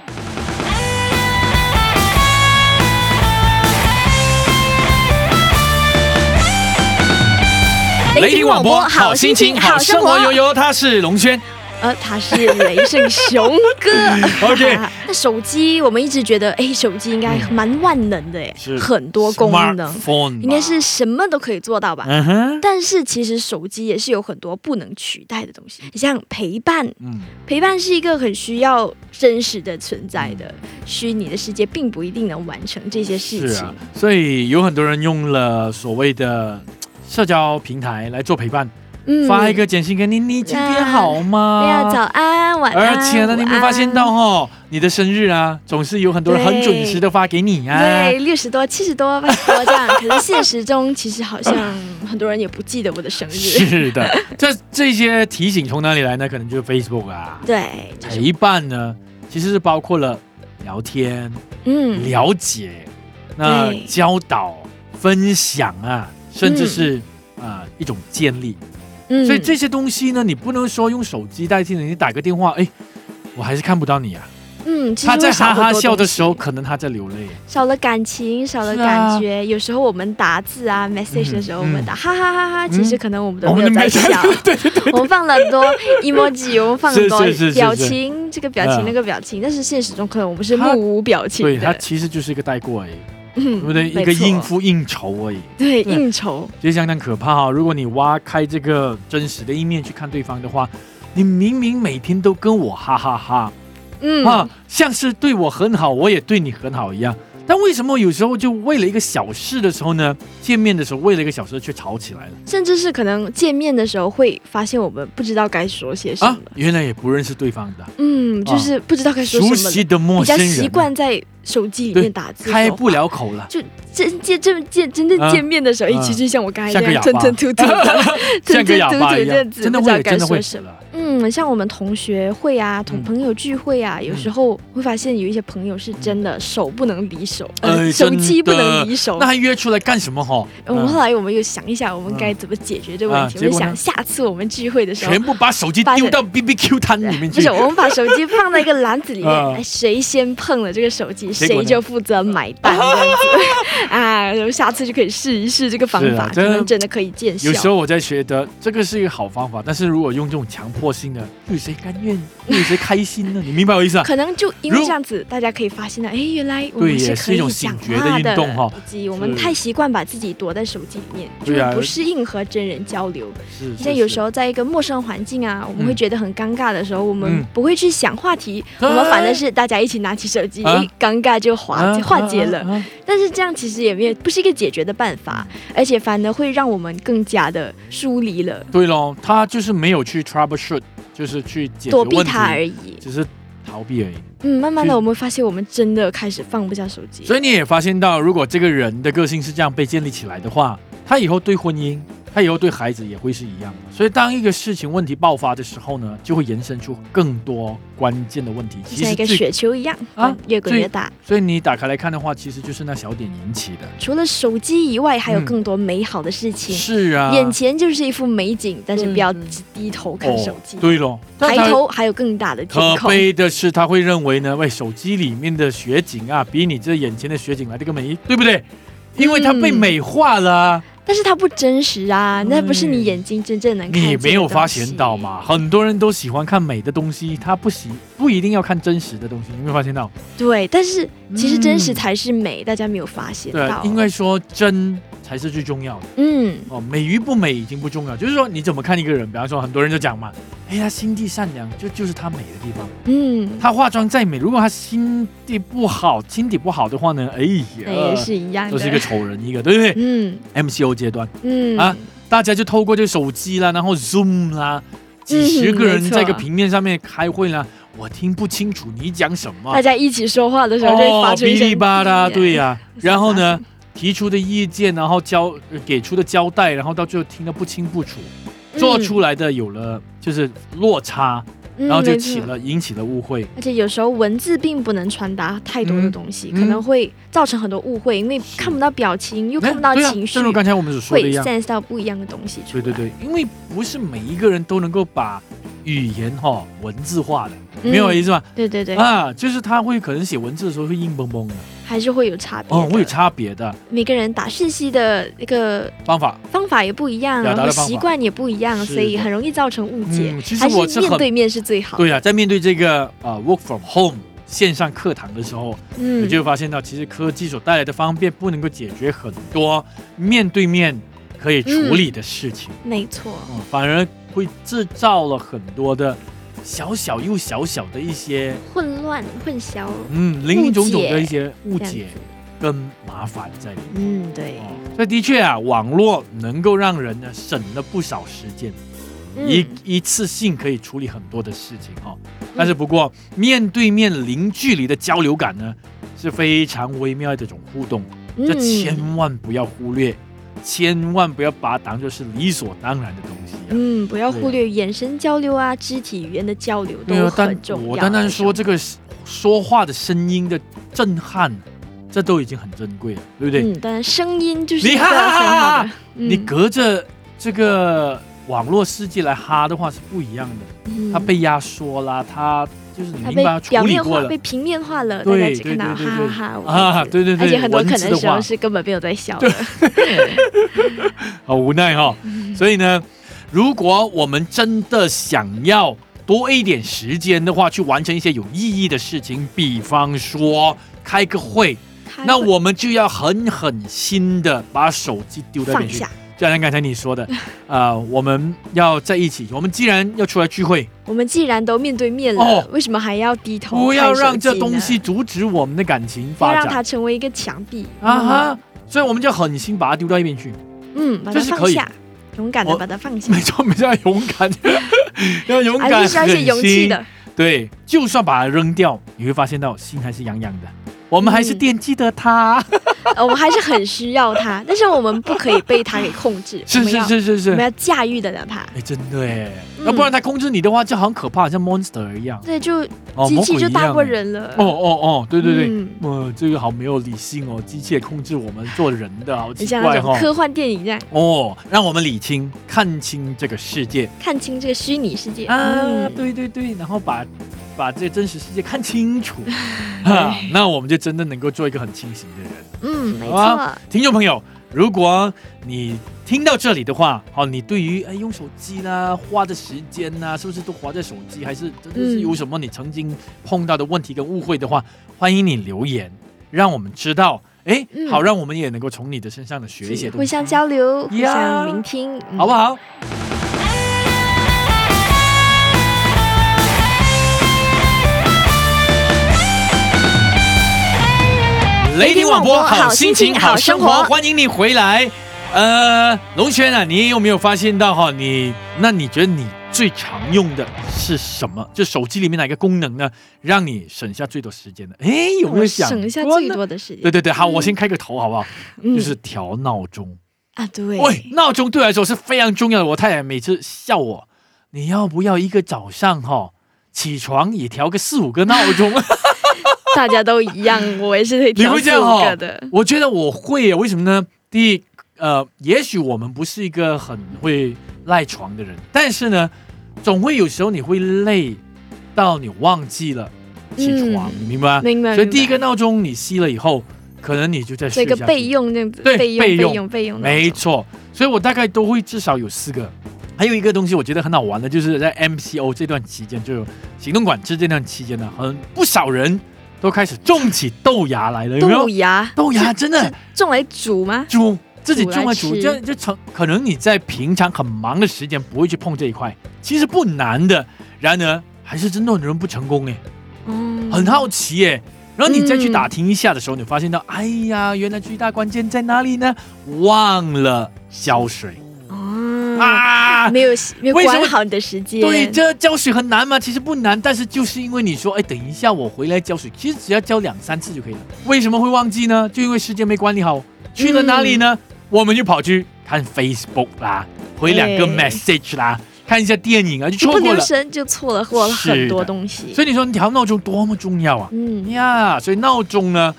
S2: 雷哎霆广播，好心情，好生活。
S1: 悠悠，他是龙轩。
S2: 呃，他是雷胜雄哥。
S1: OK
S2: 那手机我们一直觉得，哎，手机应该蛮万能的，哎
S1: 是，
S2: 很多功能，
S1: ，phone
S2: 应该是什么都可以做到吧。
S1: 嗯哼，
S2: 但是其实手机也是有很多不能取代的东西，像陪伴，
S1: 嗯，
S2: 陪伴是一个很需要真实的存在的，虚拟的世界并不一定能完成这些事
S1: 嗯是
S2: 情。
S1: 啊，所以有很多人用了所谓的。社交平台来做陪伴，
S2: 嗯
S1: 发一个简讯给你，你今天好吗？
S2: 对啊，早安，啊晚安。
S1: 而且呢，你有没有发现到
S2: 午
S1: 哦，你的生日啊，总是有很多人很准时的发给你啊。
S2: 安？对，六十多、七十多、八十多这样，可是现实中其实好像很多人也不记得我的生日。
S1: 是的，这这些提醒从哪里来呢？可能就是 Facebook 啊。
S2: 对，就是
S1: 陪伴呢，其实是包括了聊天、
S2: 嗯，
S1: 了解、那
S2: 对
S1: 教导、分享啊，甚至是啊、呃一种建立。
S2: 嗯
S1: 所以这些东西呢，你不能说用手机代替了，你打个电话，哎，我还是看不到你啊。
S2: 嗯，其实
S1: 他在
S2: 会少
S1: 哈
S2: 很多
S1: 哈笑的时候，
S2: 东
S1: 可能他在流泪。
S2: 西，少了感情，少了
S1: 是啊
S2: 感觉。有时候我们打字啊，message 的时候，
S1: 嗯
S2: 我们打哈哈哈哈，其实可能我们都
S1: 我
S2: 没有
S1: 们都
S2: 在
S1: 没在
S2: 笑。 我们放了很多 emoji，我们放了很
S1: 是是是
S2: 多
S1: 是
S2: 表情，这个表
S1: 啊
S2: 情那个表情，但是现实中可能我们是目
S1: 他
S2: 无表情
S1: 对，它
S2: 的，
S1: 其实就是一个带过而已，
S2: 嗯
S1: 对不对？
S2: 没
S1: 一个
S2: 错
S1: 应付嗯应酬而已，
S2: 对
S1: 对
S2: 应酬，
S1: 其实相当可怕哈、如果你挖开这个真实的一面去看对方的话，你明明每天都跟我哈哈哈
S2: 嗯，
S1: 啊，像是对我很好，我也对你很好一样。但为什么有时候就为了一个小事的时候呢，见面的时候为了一个小事却吵起来了
S2: 甚至是可能见面的时候会发现我们不知道该说些什
S1: 啊
S2: 么，？
S1: 原来也不认识对方的，
S2: 嗯，就是不知道该说什
S1: 熟
S2: 么
S1: 悉
S2: 了，
S1: 的陌
S2: 比较
S1: 生人，
S2: 习惯在手机里
S1: 对
S2: 面打字，
S1: 开不。了 口了。
S2: 就真见真见真正
S1: 啊
S2: 见面的时候，
S1: 啊
S2: 一起就像我刚才
S1: 像
S2: 这
S1: 个
S2: 样
S1: 哑
S2: 吞
S1: 巴
S2: 吞吐吐的，
S1: 像
S2: 吞
S1: 个
S2: 吞
S1: 哑
S2: 吐
S1: 巴
S2: 吐
S1: 一
S2: 这
S1: 样
S2: 样，子，
S1: 真的
S2: 不知道
S1: 会，
S2: 该
S1: 真的
S2: 说
S1: 会
S2: 什么。
S1: 了。
S2: 嗯，像我们同学会啊，同
S1: 嗯
S2: 朋友聚会啊，有
S1: 嗯
S2: 时候会发现有一些朋友是真的手不能离手，
S1: 哎
S2: 呃，手机不
S1: 真的
S2: 能离手
S1: 那。还约出来干什么哈？
S2: 我们
S1: 嗯
S2: 后来我们又想一想，我们该怎么解决这个问
S1: 嗯啊
S2: 题。我
S1: 结
S2: 们
S1: 果呢
S2: 想下次我们聚会的时候
S1: 全，部把手机丢到 B B Q 摊里面
S2: 不
S1: 去
S2: 是，。我们把手机放在一个篮子里面，
S1: 嗯
S2: 哎谁先碰了这个手机，
S1: 结果呢
S2: 谁就负责买 单这样子。啊，然后下次就可以试一试这个方
S1: 是
S2: 法
S1: 啊，
S2: 可
S1: 真的
S2: 能真的可以见效
S1: 有。时候我在觉得这个是一个好方法，但是如果用这种强迫性的，有谁甘愿，有谁开心呢？你明白我意思啊？
S2: 可能就因为
S1: 如
S2: 这样子，大家可以发现了，哎，原来我
S1: 对
S2: 们
S1: 也
S2: 是
S1: 是
S2: 可
S1: 一种
S2: 以
S1: 醒
S2: 讲
S1: 觉的
S2: 话
S1: 运
S2: 的，
S1: 动哈
S2: 以及我们
S1: 是
S2: 太习惯把自己躲在手机里面，就
S1: 对啊
S2: 是不适应和真人交流。
S1: 是，
S2: 像有时
S1: 候
S2: 候在一个陌生环境啊，我们
S1: 嗯
S2: 会觉得很尴尬的时候，我
S1: 嗯
S2: 们不会去想话题，
S1: 对
S2: 我们反而是大家一起拿起手机，
S1: 啊
S2: 哎，尴尬就化化解了。
S1: 啊
S2: 但是这样其实也没有不是一个解决的办法，而且反而会让我们更加的疏离了，
S1: 对喽，他就是没有去 troubleshoot，就是去解决
S2: 躲避
S1: 问
S2: 它而
S1: 题，
S2: 已。
S1: 只是逃避而已。
S2: 嗯，慢慢
S1: 其实
S2: 的我们发现我们真的开始放不下手机。
S1: 所以你也发现到，如果这个人的个性是这样被建立起来的话，他以后对婚姻，他以后对孩子也会是一样的。所以当一个事情问题爆发的时候呢，就会延伸出更多关键的问题。
S2: 就
S1: 其
S2: 像
S1: 实
S2: 一个
S1: 最
S2: 雪球一样，
S1: 啊
S2: 越滚越大。
S1: 所以你打开来看的话，其实就是那小点引起的。
S2: 除了手机以外，还有
S1: 嗯
S2: 更多美好的事情。
S1: 是啊，嗯
S2: 眼前就是一幅美景，但是不要只低头看手机
S1: 哦、，对咯，但
S2: 抬
S1: 他
S2: 头还有更大的天
S1: 可
S2: 空。
S1: 悲的是，他会认为呢，喂，手机里面的雪景啊，比你这眼前的雪景来的更美，对不对？因为它被美化了啊，
S2: 但是它不真实啊，那不是你眼睛真正能看见
S1: 嗯你
S2: 的
S1: 没有发现到嘛？很多人都喜欢看美的东西，他不喜不一定要看真实的东西，你有没有发现到？
S2: 东西？对，但是其实真实
S1: 嗯
S2: 才是美，大家没有发现
S1: 对啊
S2: 到。，
S1: 应该说真才是最重要的
S2: 嗯，
S1: 哦，美与不美已经不重要，就是说你怎么看一个人，比方说很多人就讲嘛，哎呀，心地善良，就就是他美的地方。
S2: 嗯，
S1: 她化妆再美，如果她心地不好，心底不好的话呢，哎
S2: 那也
S1: 呀，
S2: 是一样
S1: 都是一个
S2: 的。
S1: 丑人一个，对不对
S2: 嗯
S1: ？MCO 阶段，
S2: 嗯
S1: 啊大家就透过这个手机啦，然后 Zoom 啦，几十个
S2: 嗯
S1: 人
S2: 没错
S1: 在一个平面上面开会啦，我听不清楚你讲什么
S2: 大，家一起说话的时候就会发出一
S1: 哦哔
S2: 声嗯
S1: 哩吧啦，对
S2: 呀，
S1: 呀、
S2: 是
S1: 然后呢？提出的意见，然后交呃给出的交代，然后到最后听得不清不楚，做
S2: 嗯
S1: 出来的有了就是落差，
S2: 嗯
S1: 然后就
S2: 没
S1: 起
S2: 错
S1: 了引起了误会。
S2: 而且有时候文字并不能传达太多的东西，
S1: 嗯
S2: 可能会造成很多误会，因为看不到表情，又
S1: 哎
S2: 看不到
S1: 对啊
S2: 情绪，
S1: 正如刚才我们所说的
S2: 会
S1: 一样，
S2: sense 到不一样的东西出
S1: 对
S2: 来。
S1: 对对，因为不是每一个人都能够把语言哈、文字化的，
S2: 嗯
S1: 明白我意思吗？
S2: 对对对，
S1: 啊，就是他会可能写文字的时候会硬邦邦的，
S2: 还是会有差别的。
S1: 哦，会有差别的
S2: 每个人打讯息的那个
S1: 方法。
S2: 方法也不一样，
S1: 表达
S2: 然
S1: 的
S2: 后
S1: 方法
S2: 习惯也不一样，
S1: 是
S2: 所以很容易造成误解。
S1: 嗯，其实
S2: 还
S1: 我
S2: 是
S1: 是
S2: 面
S1: 很
S2: 对面是最好的。
S1: 对啊，在面对这个啊、work from home 线上课堂的时候，
S2: 嗯
S1: 你就会发现到，其实科技所带来的方便不能够解决很多面对面可以
S2: 嗯
S1: 处理的事情，
S2: 没错，
S1: 嗯反而会制造了很多的小小又小小的一些
S2: 混乱混淆
S1: 嗯零零总总
S2: 误解
S1: 的一些误
S2: 这
S1: 解
S2: 样子
S1: 跟麻烦在里面。
S2: 嗯，对，
S1: 哦，所以的确啊，网络能够让人呢省了不少时间，一
S2: 嗯，
S1: 一次性可以处理很多的事情哦。但是不过，面对面零距离的交流感呢，是非常微妙的这种互动。
S2: 嗯
S1: 这千万不要忽略，千万不要把它当做是理所当然的东西、啊。
S2: 嗯，不要忽略眼神交流啊，肢体语言的交流都
S1: 啊但
S2: 很重要。
S1: 我单单说这个说话的声音的震撼，这都已经很珍贵了，对不对？
S2: 嗯，当然声音就是
S1: 你
S2: 一个
S1: 哈哈
S2: 很
S1: 哈
S2: 好
S1: 哈
S2: 的，
S1: 你
S2: 嗯
S1: 隔着这个网络世界来哈的话是不一样的，
S2: 嗯
S1: 它被压缩啦，它就是你
S2: 它被
S1: 明白它
S2: 表
S1: 处理
S2: 面
S1: 过
S2: 化、
S1: 了
S2: 被平面化了，大
S1: 对
S2: 家只看到
S1: 对对
S2: 哈
S1: 对
S2: 哈哈
S1: 啊，对对对，
S2: 而且很多可
S1: 文字
S2: 能
S1: 的
S2: 时
S1: 话
S2: 候是根本没有在笑的。
S1: 啊好无奈哈、
S2: 嗯
S1: 所以呢，如果我们真的想要多一点时间的话，去完成一些有意义的事情，比方说开个会，
S2: 开
S1: 那
S2: 会
S1: 我们就要狠狠心的把手机丢在
S2: 放
S1: 边去
S2: 下。，
S1: 就好像刚才 你说的，啊，我们要在一起，我们既然要出来聚会，
S2: 我们既然都面对面
S1: 哦
S2: 了，为什么还要低头？
S1: 不要让这东西，阻止我们的感情
S2: 不要
S1: 发
S2: 让
S1: 展
S2: 它嗯成为一个墙壁
S1: 啊哈，，所以我们就狠心把它丢到一边去。
S2: 嗯，把它
S1: 这是
S2: 放
S1: 可以
S2: 下，勇敢的
S1: 我
S2: 把它放下
S1: 没，错，没错，要勇敢，要 勇敢，
S2: 还是需要一些勇气的。
S1: 对，就算把它扔掉，你会发现到心还是痒痒的。我们还是
S2: 嗯
S1: 惦记着它，
S2: 呃，我们还是很需要它， 但是我们不可以被它给控制，我
S1: 是
S2: 们
S1: 是
S2: 要
S1: 是是
S2: 我们
S1: 是。
S2: 要驾驭得了它。
S1: 哎，真的哎，
S2: 嗯
S1: 要不然它控制你的话，就好像可怕，像 monster 一样，
S2: 对，就
S1: 哦，
S2: 机
S1: 魔
S2: 器
S1: 鬼
S2: 就
S1: 一
S2: 大
S1: 样
S2: 过
S1: 哎。
S2: 人了。
S1: 哦哦哦，对对对，
S2: 嗯
S1: 呃，这个好没有理性哦，机器也控制我们做人的，好
S2: 很
S1: 奇
S2: 像那
S1: 怪
S2: 种
S1: 哦。
S2: 科幻电影这样，
S1: 哦，让我们理清、看清这个世界
S2: 看清这个虚拟世界。
S1: 啊，
S2: 嗯，
S1: 对对对，然后把把这真实世界看清 楚，哈，那我们就真的能够做一个很清醒的人。
S2: 嗯，没
S1: 好啊
S2: 错，
S1: 听众朋友，如果你听到这里的话，好，你对于哎用手机啦、花的时间呐、是不是都花在手机，还是真的是
S2: 嗯
S1: 有什么你曾经碰到的问题跟误会的话，欢迎你留言，让我们知道，哎，
S2: 嗯
S1: 好，让我们也能够从你的身上的学一些
S2: 互
S1: 东西，
S2: 相交流，互
S1: 呀
S2: 相聆听，嗯
S1: 好不？好？雷霆广播，好心情，好生活，欢迎你回来。呃，龙轩啊，你有没有发现到哈？你那你觉得你最常用的是什么？就手机里面哪个功能呢，让你省下最多时间的？哎，有没有
S2: 我
S1: 想
S2: 省下
S1: 过
S2: 最
S1: 呢？
S2: 多的时间
S1: 对？对对，好，我先开个头好不好？
S2: 嗯
S1: 就是调闹钟。
S2: 啊，对，
S1: 喂，闹钟对我来说是非常重要的。我太太每次笑我，你要不要一个早上哈、起床也调个四五个闹 钟？
S2: 大家都一样，我也是会
S1: 你
S2: 挑
S1: 会这
S2: 四
S1: 样
S2: 五
S1: 哈
S2: 个的。
S1: 我觉得我会耶，为什么呢？第一，呃，也许我们不是一个很会赖床的人，但是呢，总会有时候你会累到你忘记了起床，
S2: 嗯
S1: 你明白吗？
S2: 明白，
S1: 所以第一个
S2: 明白
S1: 闹钟你熄了以后，可能你就在
S2: 做
S1: 睡
S2: 一
S1: 一下
S2: 个
S1: 去。
S2: 备用这样子，
S1: 对
S2: 备用
S1: 备
S2: 备
S1: 用
S2: 用备用的那
S1: 没
S2: 种，
S1: 错，所以我大概都会至少有四个。还有一个东西我觉得很好玩的，就是在 MCO 这段期间，就有行动管制这段期间呢，很不少人都开始种起豆芽来了，有没有
S2: 豆？芽
S1: 豆芽真的
S2: 是种来煮吗？
S1: 煮自己
S2: 煮来
S1: 种啊煮，
S2: 吃
S1: 这就成可能你在平常很忙的时间不会去碰这一块，其实不难的。然而还是真的很多人不成功哎，
S2: 嗯，
S1: 很好奇耶。然后你再去
S2: 嗯
S1: 打听一下的时候，你发现到，哎呀，原来最大关键在哪里呢？忘了浇水
S2: 啊，
S1: 啊！
S2: 没有没有
S1: 为什么
S2: 管好你的时间，
S1: 对，这浇水很难吗？其实不难，但是就是因为你说，哎，等一下我回来浇水，其实只要浇两三次就可以了。为什么会忘记呢？就因为时间没管理好。去
S2: 嗯
S1: 了哪里呢？我们就跑去看 Facebook 啦，回两个
S2: 对
S1: message 啦，看一下电影啊，就
S2: 一不
S1: 错过
S2: 留
S1: 了。
S2: 神就错了过了
S1: 是
S2: 很多
S1: 的
S2: 东西。
S1: 所以你说你调闹钟多么重要啊！
S2: 嗯，
S1: 呀所以闹钟呢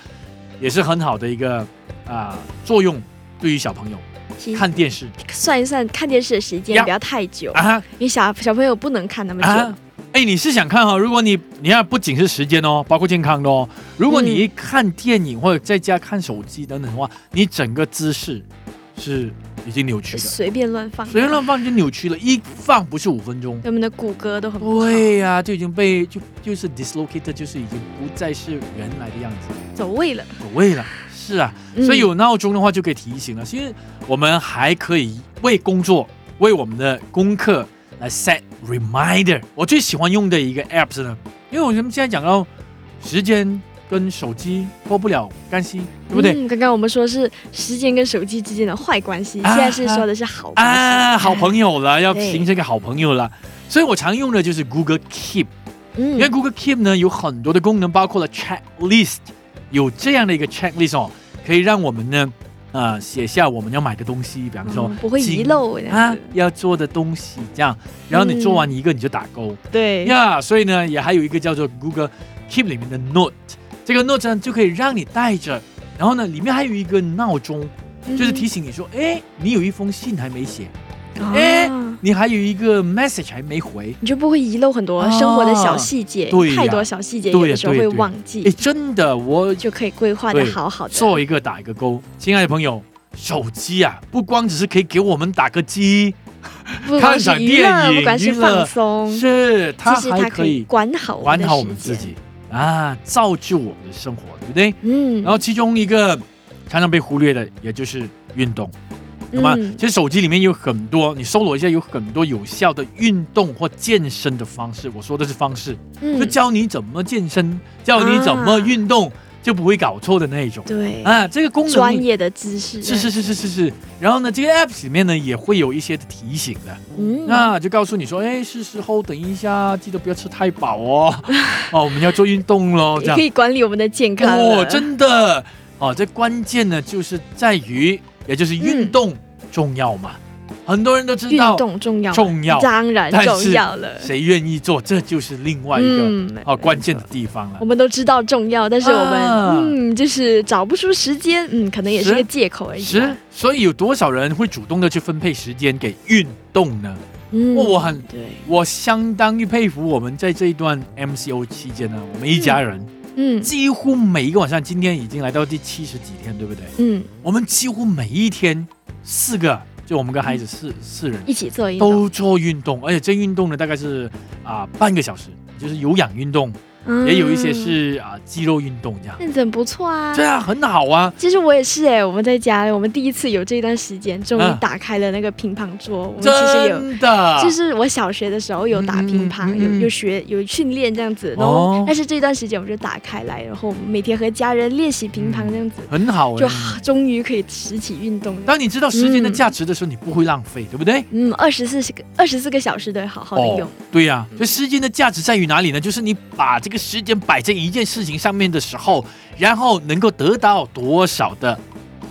S1: 也是很好的一个啊、作用，对于小朋友
S2: 其实
S1: 看电视
S2: 算一算看电视的时间
S1: 呀
S2: 不要太久，
S1: 啊
S2: 因为小小朋友不能看那么久
S1: 啊。！哎，你是想看哈、哦？如果你你看不仅是时间哦，包括健康的哦。如果你
S2: 嗯
S1: 一看电影或者在家看手机等等的话，你整个姿势是已经扭曲的，
S2: 随便乱放，
S1: 随便乱放就扭曲了，一放不是五分钟。
S2: 他们的骨骼都很不好。
S1: 对呀、就已经被就就是 dislocated，就是已经不再是原来的样子，
S2: 走位了。
S1: 走位了。是啊，
S2: 嗯
S1: 所以有闹钟的话就可以提醒了。其实我们还可以为工作、为我们的功课来 set reminder。我最喜欢用的一个 app s 呢，因为我们现在讲到时间跟手机脱不了干系，对不对？
S2: 嗯，刚刚我们说是时间跟手机之间的坏关系，
S1: 啊
S2: 现在是说的是好关系。
S1: 啊，好朋友了，要
S2: 对
S1: 形成一个好朋友了。所以我常用的就是 Google Keep，因为
S2: 嗯，
S1: Google Keep 呢有很多的功能，包括了 checklist，有这样的一个 checklist 哦，可以让我们呢，呃，写下我们要买的东西，比方说、
S2: 嗯不会遗漏这样
S1: 啊
S2: 子。
S1: 要做的东西，这样，然后你做完一个你就打勾
S2: 对，
S1: 呀。所以呢，也还有一个叫做 Google Keep 里面的 Note，这个 Note 呢就可以让你带着，然后呢，里面还有一个闹钟，
S2: 嗯
S1: 就是提醒你说，哎，你有一封信还没写，哎
S2: 啊，
S1: 你还有一个 message 还没回，
S2: 你就不会遗漏很多
S1: 啊
S2: 生活的小细节，
S1: 对呀
S2: 太多小细节
S1: 对呀
S2: 有的时候
S1: 对
S2: 会
S1: 呀
S2: 忘
S1: 哎，
S2: 记，
S1: 真的，我
S2: 就可以规划的
S1: 对
S2: 好好的。
S1: 做一个打一个勾。亲爱的朋友，手机啊，不光只是可以给我们打个机，
S2: 不管是娱
S1: 看场电
S2: 乐，
S1: 影
S2: 不管是放松，
S1: 是它
S2: 嗯其实
S1: 还
S2: 它
S1: 可
S2: 可以
S1: 以
S2: 管好
S1: 管好我们
S2: 的时
S1: 自
S2: 间。
S1: 己啊，造就我们的生活，对不对？
S2: 嗯，
S1: 然后其中一个常常被忽略的，也就是运动。那么，
S2: 嗯
S1: 其实手机里面有很多，你搜罗一下，有很多有效的运动或健身的方式。我说的是方式，就
S2: 嗯，啊
S1: 教你怎么健身，教你怎么运动，就不会搞错的那一种
S2: 对，
S1: 啊。这个功
S2: 专
S1: 能
S2: 业的知识
S1: 是是是是是是。然后呢，这个 app 里面呢也会有一些提醒的，
S2: 嗯，
S1: 那就告诉你说，哎，是时候等一下，记得不要吃太饱哦， 哦，我们要做运动喽，这
S2: 也
S1: 样
S2: 可。以管理我们的健康了
S1: 哦，真的哦，这关键呢就是在于，也就是运动重要嘛。很多人都知
S2: 运
S1: 道
S2: 动重要吗，
S1: 重要，
S2: 当然
S1: 但是
S2: 重要了。
S1: 谁愿意做，这就是另外一个、哦关键的。地方了
S2: 嗯我。们都知道重要，但是我们、
S1: 啊
S2: 嗯，就是找不出时间，嗯，可能也是
S1: 是
S2: 个借口而已。啊
S1: 是，，所以有多少人会主动的去分配时间给运动呢？
S2: 嗯
S1: 哦我很
S2: 对，
S1: 我相当于佩服我们在这一段 MCO 期间呢，我们一家人、
S2: 嗯
S1: 几乎每一个晚上，今天已经来到第七十几天，对不对？
S2: 嗯，
S1: 我们几乎每一天四个，就我们跟孩子四四人，
S2: 一起做运动，
S1: 都做运动，而且这运动呢大概是啊、半个小时，就是有氧运动，
S2: 嗯
S1: 也有一些，是啊、肌肉运动这样。
S2: 那很不错啊。
S1: 这样很好啊，
S2: 其实我也是哎，我们在家，我们第一次有这段时间，终于
S1: 啊
S2: 打开了那个乒乓桌。我们其实有，
S1: 真的，
S2: 就是我小学的时候有打乒乓，
S1: 啊嗯嗯嗯嗯
S2: 有有学有训练这样子，然后、
S1: 哦
S2: 但是这段时间我就打开来，然后每天和家人练习乒乓这样子，
S1: 很好啊。
S2: 就嗯终于可以拾起运动了。
S1: 当你知道时间的价值的时候，你不会浪费，对不对？
S2: 嗯，二十四个二十四个小时都要好好的
S1: 哦
S2: 用。，
S1: 对呀、所以时间的价值在于哪里呢？就是你把这个时间摆在一件事情上面的时候，然后能够得到多少的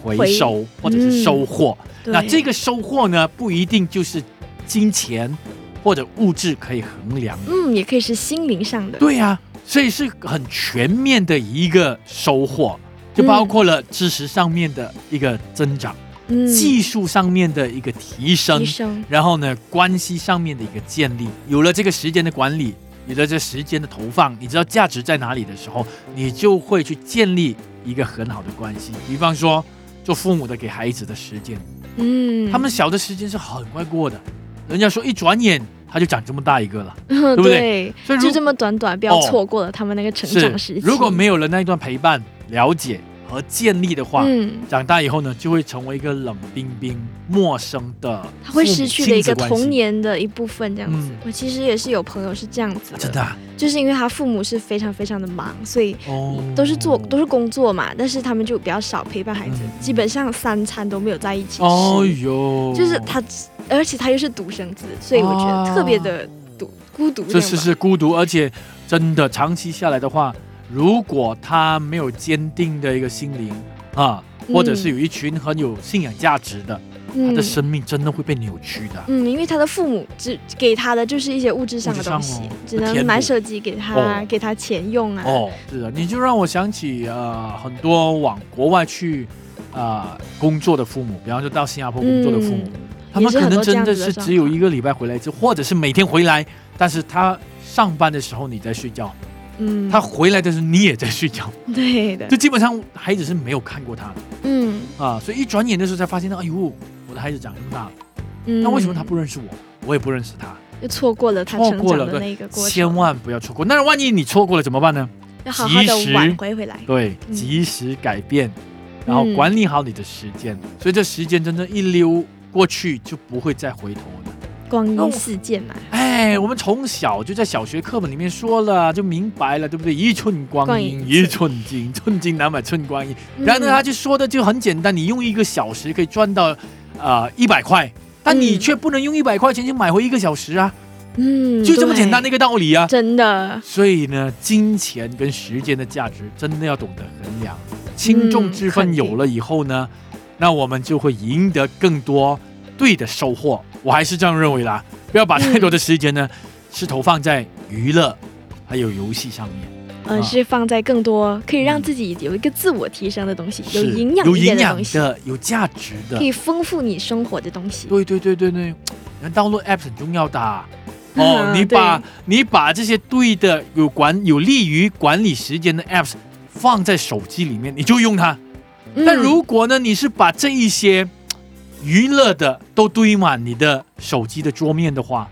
S1: 回收或者是收获。
S2: 嗯对，
S1: 那这个收获呢，不一定就是金钱或者物质可以衡量的。
S2: 嗯，也可以是心灵上的。
S1: 对呀、所以是很全面的一个收获，就包括了知识上面的一个增长，
S2: 嗯，
S1: 技术上面的一个提升
S2: 提，升，
S1: 然后呢，关系上面的一个建立，有了这个时间的管理，有了这时间的投放，你知道价值在哪里的时候，你就会去建立一个很好的关系。比方说，做父母的给孩子的时间，
S2: 嗯，
S1: 他们小的时间是很快过的，人家说一转眼他就长这么大一个了，
S2: 对
S1: 不对所以如
S2: 就这么短短，不要错过了他们那个成长时期。
S1: 如果没有了那一段陪伴、了解和建立的话，
S2: 嗯，
S1: 长大以后呢，就会成为一个冷冰冰、陌生的父母，
S2: 他会失去了一个
S1: 亲子关系
S2: 童。年的一部分，这样子
S1: 嗯。
S2: 我其实也是有朋友是这样子
S1: 真
S2: 的，
S1: 的啊、
S2: 就是因为他父母是非常非常的忙，所以
S1: 哦
S2: 都是做都是工作嘛，但是他们就比较少陪伴孩子，
S1: 嗯
S2: 基本上三餐都没有在一起吃。
S1: 哦哟，
S2: 就是他，而且他又是独生子，所以我觉得特别的独、孤独这
S1: 哦这
S2: 样吧。
S1: 是是孤独，而且真的长期下来的话，如果他没有坚定的一个心灵啊，或者是有一群很有信仰价值的，他的
S2: 嗯嗯
S1: 生命真的会被扭曲 的。
S2: 嗯，因为他的父母只给他的就是一些物质上的东西，
S1: 物质上哦
S2: 只
S1: 填
S2: 能
S1: 补
S2: 买手机给他，
S1: 哦
S2: 给他钱用啊。
S1: 哦，是的，你就让我想起呃，很多往国外去啊、呃工作的父母，比方说到新加坡工作的父母，他
S2: 嗯
S1: 们
S2: 也是
S1: 可
S2: 很
S1: 能
S2: 多这
S1: 真
S2: 样子
S1: 的
S2: 的
S1: 是
S2: 状
S1: 只有
S2: 况
S1: 一个礼拜回来一次，或者是每天回来，但是他上班的时候你在睡觉，
S2: 嗯，
S1: 他回来的时候你也在睡觉，
S2: 对的
S1: 就，基本上孩子是没有看过他的
S2: 嗯
S1: 啊，所以一转眼的时候才发现到，哎呦，我的孩子长这么大了，
S2: 嗯。
S1: 那为什么他不认识我？我也不认识他，
S2: 就错过了他
S1: 错
S2: 成
S1: 过
S2: 长
S1: 了
S2: 的
S1: 对
S2: 那个过程？
S1: 千万不要错过。那万一你错过了怎么办呢？
S2: 要好好
S1: 及
S2: 的
S1: 时
S2: 挽回回来。
S1: 对，
S2: 嗯
S1: 及时改变，然后
S2: 嗯
S1: 管理好你的时间，所以这时间真正一溜过去就不会再回头了。
S2: 光
S1: 那我
S2: 阴似箭嘛，
S1: 哎，我们从小就在小学课本里面说了，就明白了，对不对？一寸光
S2: 光
S1: 阴
S2: 阴
S1: 一寸金，寸金难买寸光阴。
S2: 嗯
S1: 然后呢，他就说的就很简单，你用一个小时可以赚到啊一百块，但你
S2: 嗯
S1: 却不能用一百块钱去买回一个小时啊，
S2: 嗯，
S1: 就这么简单的
S2: 对
S1: 一个道理啊。
S2: 真的，
S1: 所以呢，金钱跟时间的价值真的要懂得衡量，轻重之
S2: 嗯肯
S1: 分
S2: 定
S1: 有了以后呢，那我们就会赢得更多对的收获。我还是这样认为啦，不要把太多的时间
S2: 嗯
S1: 呢，是投放在娱乐还有游戏上面，啊
S2: 呃，是放在更多可以让
S1: 嗯
S2: 自己有一个自我提升的东西，有
S1: 是
S2: 营养
S1: 嗯有
S2: 一点
S1: 营
S2: 的
S1: 养
S2: 东西，
S1: 的、有价值的
S2: 可。以丰富你生活的东西。
S1: 对对对对对，人 download app 很重要 的啊。哦，
S2: 嗯
S1: 你把
S2: 对
S1: 你把这些对的有管有利于管理时间的 apps 放在手机里面，你就用它。
S2: 嗯
S1: 但如果呢，你是把这一些嘖娱乐的都堆满你的手机的桌面的话，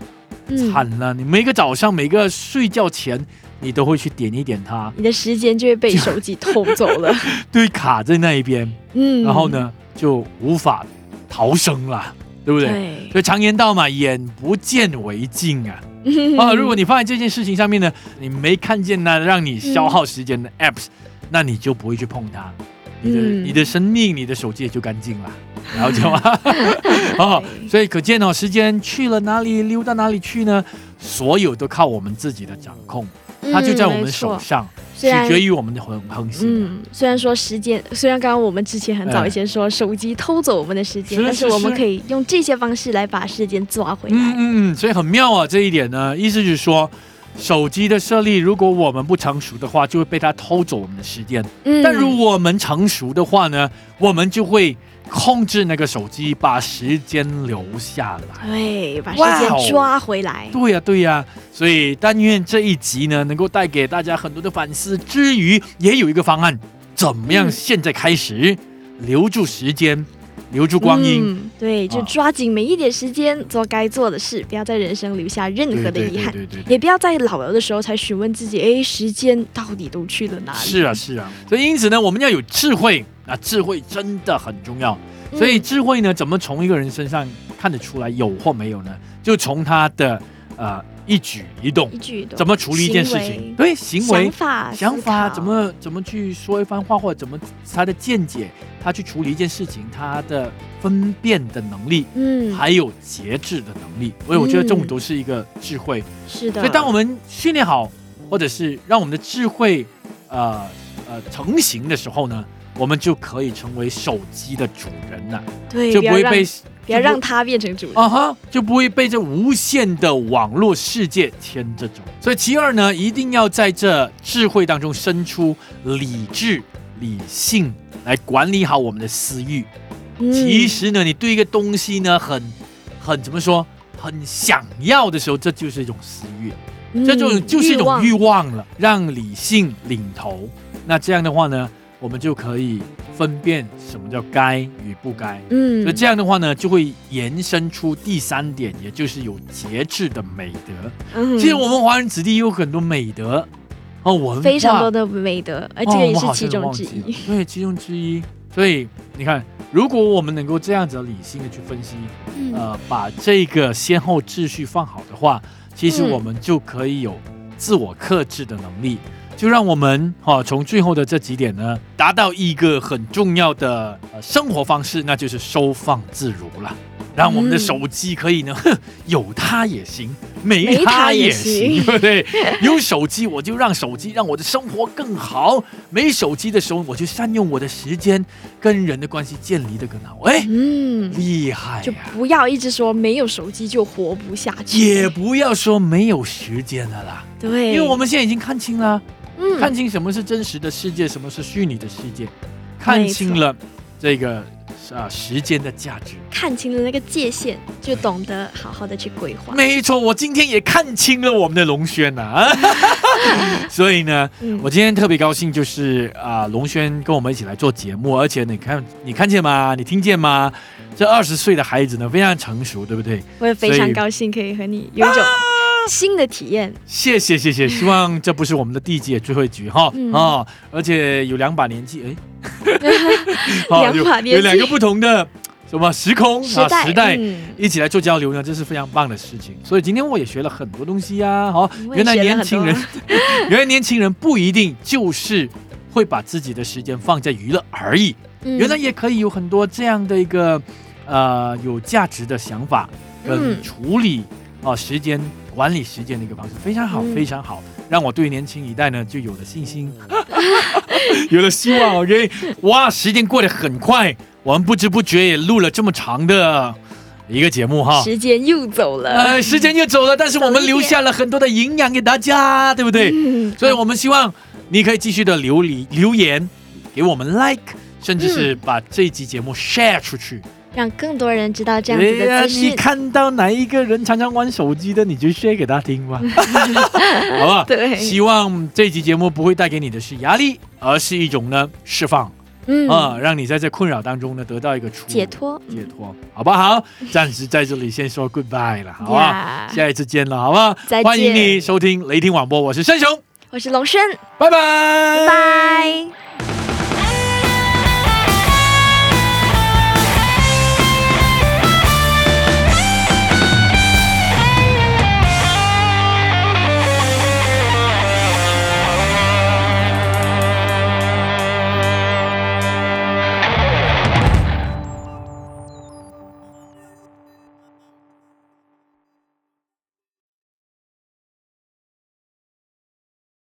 S2: 嗯，
S1: 惨了！你每个早上、每个睡觉前，你都会去点一点它，
S2: 你的时间就会被手机偷走 了。
S1: 对，卡在那一边，
S2: 嗯，
S1: 然后？呢，就无法逃生了，对不对？
S2: 对，
S1: 所以常言道嘛，眼不见为净啊！
S2: 嗯
S1: 啊，如果你放在这件事情上面呢，你没看见呢，让你消耗时间的 apps，、那你就不会去碰它，你的、
S2: 嗯
S1: 你的生命、你的手机也就干净了，了 解吗？哦，
S2: 对
S1: 所以可见哦，时间去了哪里，溜到哪里去呢？所有都靠我们自己的掌控，它就在我们手
S2: 嗯没错
S1: 上，取
S2: 虽然
S1: 决于我们的恒恒心。
S2: 嗯，虽然说时间，虽然刚刚我们之前很早以前说手机偷走我们的时间，
S1: 是
S2: 但是
S1: 是
S2: 我们
S1: 是
S2: 可以用这些方式来把时间抓回来。
S1: 嗯嗯嗯，所以很妙啊，这一点呢，意思就是说。手机的设立，如果我们不成熟的话，就会被它偷走我们的时间。
S2: 嗯
S1: 但如果我们成熟的话呢，我们就会控制那个手机，把时间留下来。
S2: 对，把
S1: 哇
S2: 时
S1: 哦
S2: 间抓回来。
S1: 对呀、对呀、所以但愿这一集呢，能够带给大家很多的反思之余，也有一个方案，怎么样
S2: 嗯
S1: 现在开始、留住时间，留住光阴。
S2: 嗯，对，就
S1: 啊
S2: 抓紧每一点时间做该做的事，不要在人生留下任
S1: 对
S2: 何的
S1: 对
S2: 遗
S1: 对
S2: 憾，
S1: 对对对
S2: 也不要在老了的时候才询问自己，哎，时间到底都去了哪里？
S1: 是啊，是啊，所以因此呢，我们要有智慧啊，智慧真的很重要。所以
S2: 嗯
S1: 智慧呢，怎么从一个人身上看得出来有或没有呢？就从他的呃一举一动
S2: 一，句都
S1: 怎么处理一件事情，
S2: 行为
S1: 对行为
S2: 想、法
S1: 想法，
S2: 思考
S1: 怎么怎么去说一番话，或者怎么他的见解，他去处理一件事情，他的分辨的能力。
S2: 嗯，
S1: 还有节制的能力，所以我觉得这种
S2: 嗯
S1: 都是一个智慧。
S2: 是的。
S1: 所以，当我们训练好，或者是让我们的智慧，呃呃成型的时候呢，我们就可以成为手机的主人了，
S2: 对
S1: 就不会
S2: 要
S1: 被
S2: 让不要让它变成主人。
S1: 啊哈，就不会被这无限的网络世界牵着走。所以，其二呢，一定要在这智慧当中生出理智、理性来管理好我们的私欲。
S2: 嗯
S1: 其实呢，你对一个东西呢，很很怎么说，很想要的时候，这就是一种私欲。这种
S2: 嗯
S1: 就是一种
S2: 望
S1: 欲望了，让理性领头。那这样的话呢，我们就可以分辨什么叫该与不该。
S2: 嗯
S1: 所以这样的话呢，就会延伸出第三点，也就是有节制的美德。
S2: 嗯
S1: 其实我们华人子弟有很多美德哦，文化
S2: 非常多的美德，而
S1: 哦
S2: 这个也
S1: 我
S2: 是
S1: 好像
S2: 其中之
S1: 忘记
S2: 一。
S1: 了对，其中之一。所以你看，如果我们能够这样子理性的去分析，
S2: 嗯，
S1: 呃，把这个先后秩序放好的话，其实
S2: 嗯
S1: 我们就可以有自我克制的能力，就让我们哈、从最后的这几点呢，达到一个很重要的、呃、生活方式，那就是收放自如了。让我们的手机可以呢，
S2: 嗯
S1: 哼， 有它也行，没
S2: 没
S1: 它
S2: 它也
S1: 也行，
S2: 行
S1: 对不对？有手机我就让手机让我的生活更好，没手机的时候我就善用我的时间，跟人的关系建立的更好。哎，
S2: 嗯，
S1: 厉害
S2: 就
S1: 呀、
S2: 不要一直说没有手机就活不下
S1: 也
S2: 去。
S1: 不要说没有时间了啦，
S2: 对，
S1: 因为我们现在已经看清了啊。看
S2: 嗯，
S1: 清什么是真实的世界，什么是虚拟的世界，看清了这个啊时间的价值。
S2: 看清了那个界限，就懂得好好的去规划。
S1: 没错，我今天也看清了我们的龙轩呐、啊， 所以呢，
S2: 嗯
S1: 我今天特别高兴，就是啊、龙轩跟我们一起来做节目，而且你看，你看见吗？你听见吗？这二十岁的孩子呢，非常成熟，对不对？
S2: 我也非
S1: 所以
S2: 常高兴可以和你有一种新的体验。
S1: 谢谢 谢谢，希望这不是我们的第一届最后一局哈啊、
S2: 嗯
S1: 哦而且有两把年纪， 哎，
S2: 两把年纪
S1: 有有两个不同的什么时空
S2: 时代，
S1: 啊、时代
S2: 嗯
S1: 一起来做交流呢，这是非常棒的事情。所以今天我也学了很多东西呀、 哦，
S2: 我也
S1: 原来
S2: 学了
S1: 年
S2: 很
S1: 轻
S2: 多
S1: 人，原来年轻人不一定就是会把自己的时间放在娱乐而已，
S2: 嗯
S1: 原来也可以有很多这样的一个呃有价值的想法跟
S2: 嗯
S1: 处理啊、时间管理时间的一个方式，非常好，
S2: 嗯
S1: 非常好，让我对年轻一代呢就有了 信心， 有了希望。因为哇，时间过得很快，我们不知不觉也录了这么长的一个节目哈。
S2: 嗯时间又走了，
S1: 呃，时间又走了，但是我
S2: 走
S1: 们
S2: 一
S1: 留
S2: 点
S1: 下了很多的营养给大家，对不对？
S2: 嗯
S1: 所以我们希望你可以继续的留理留言，给我们 like，甚至
S2: 嗯
S1: 是把这一集节目 share 出去。
S2: 让更多人知道这样子
S1: 哎呀
S2: 的资
S1: 你
S2: 讯。
S1: 看到哪一个人常常玩手机的，你就 share 给他听 吧，好不好？
S2: 对，
S1: 希望这集节目不会带给你的是压力，而是一种呢释放
S2: 嗯
S1: 啊、让你在这困扰当中呢得到一个出路
S2: 解脱，
S1: 解脱，好不好？暂时在这里先说 goodbye 了，好不好？
S2: 呀，
S1: 下一次见了，好不好？
S2: 再见
S1: 欢迎你收听雷霆广播，我是申雄，
S2: 我是龙轩，
S1: 拜拜
S2: 拜。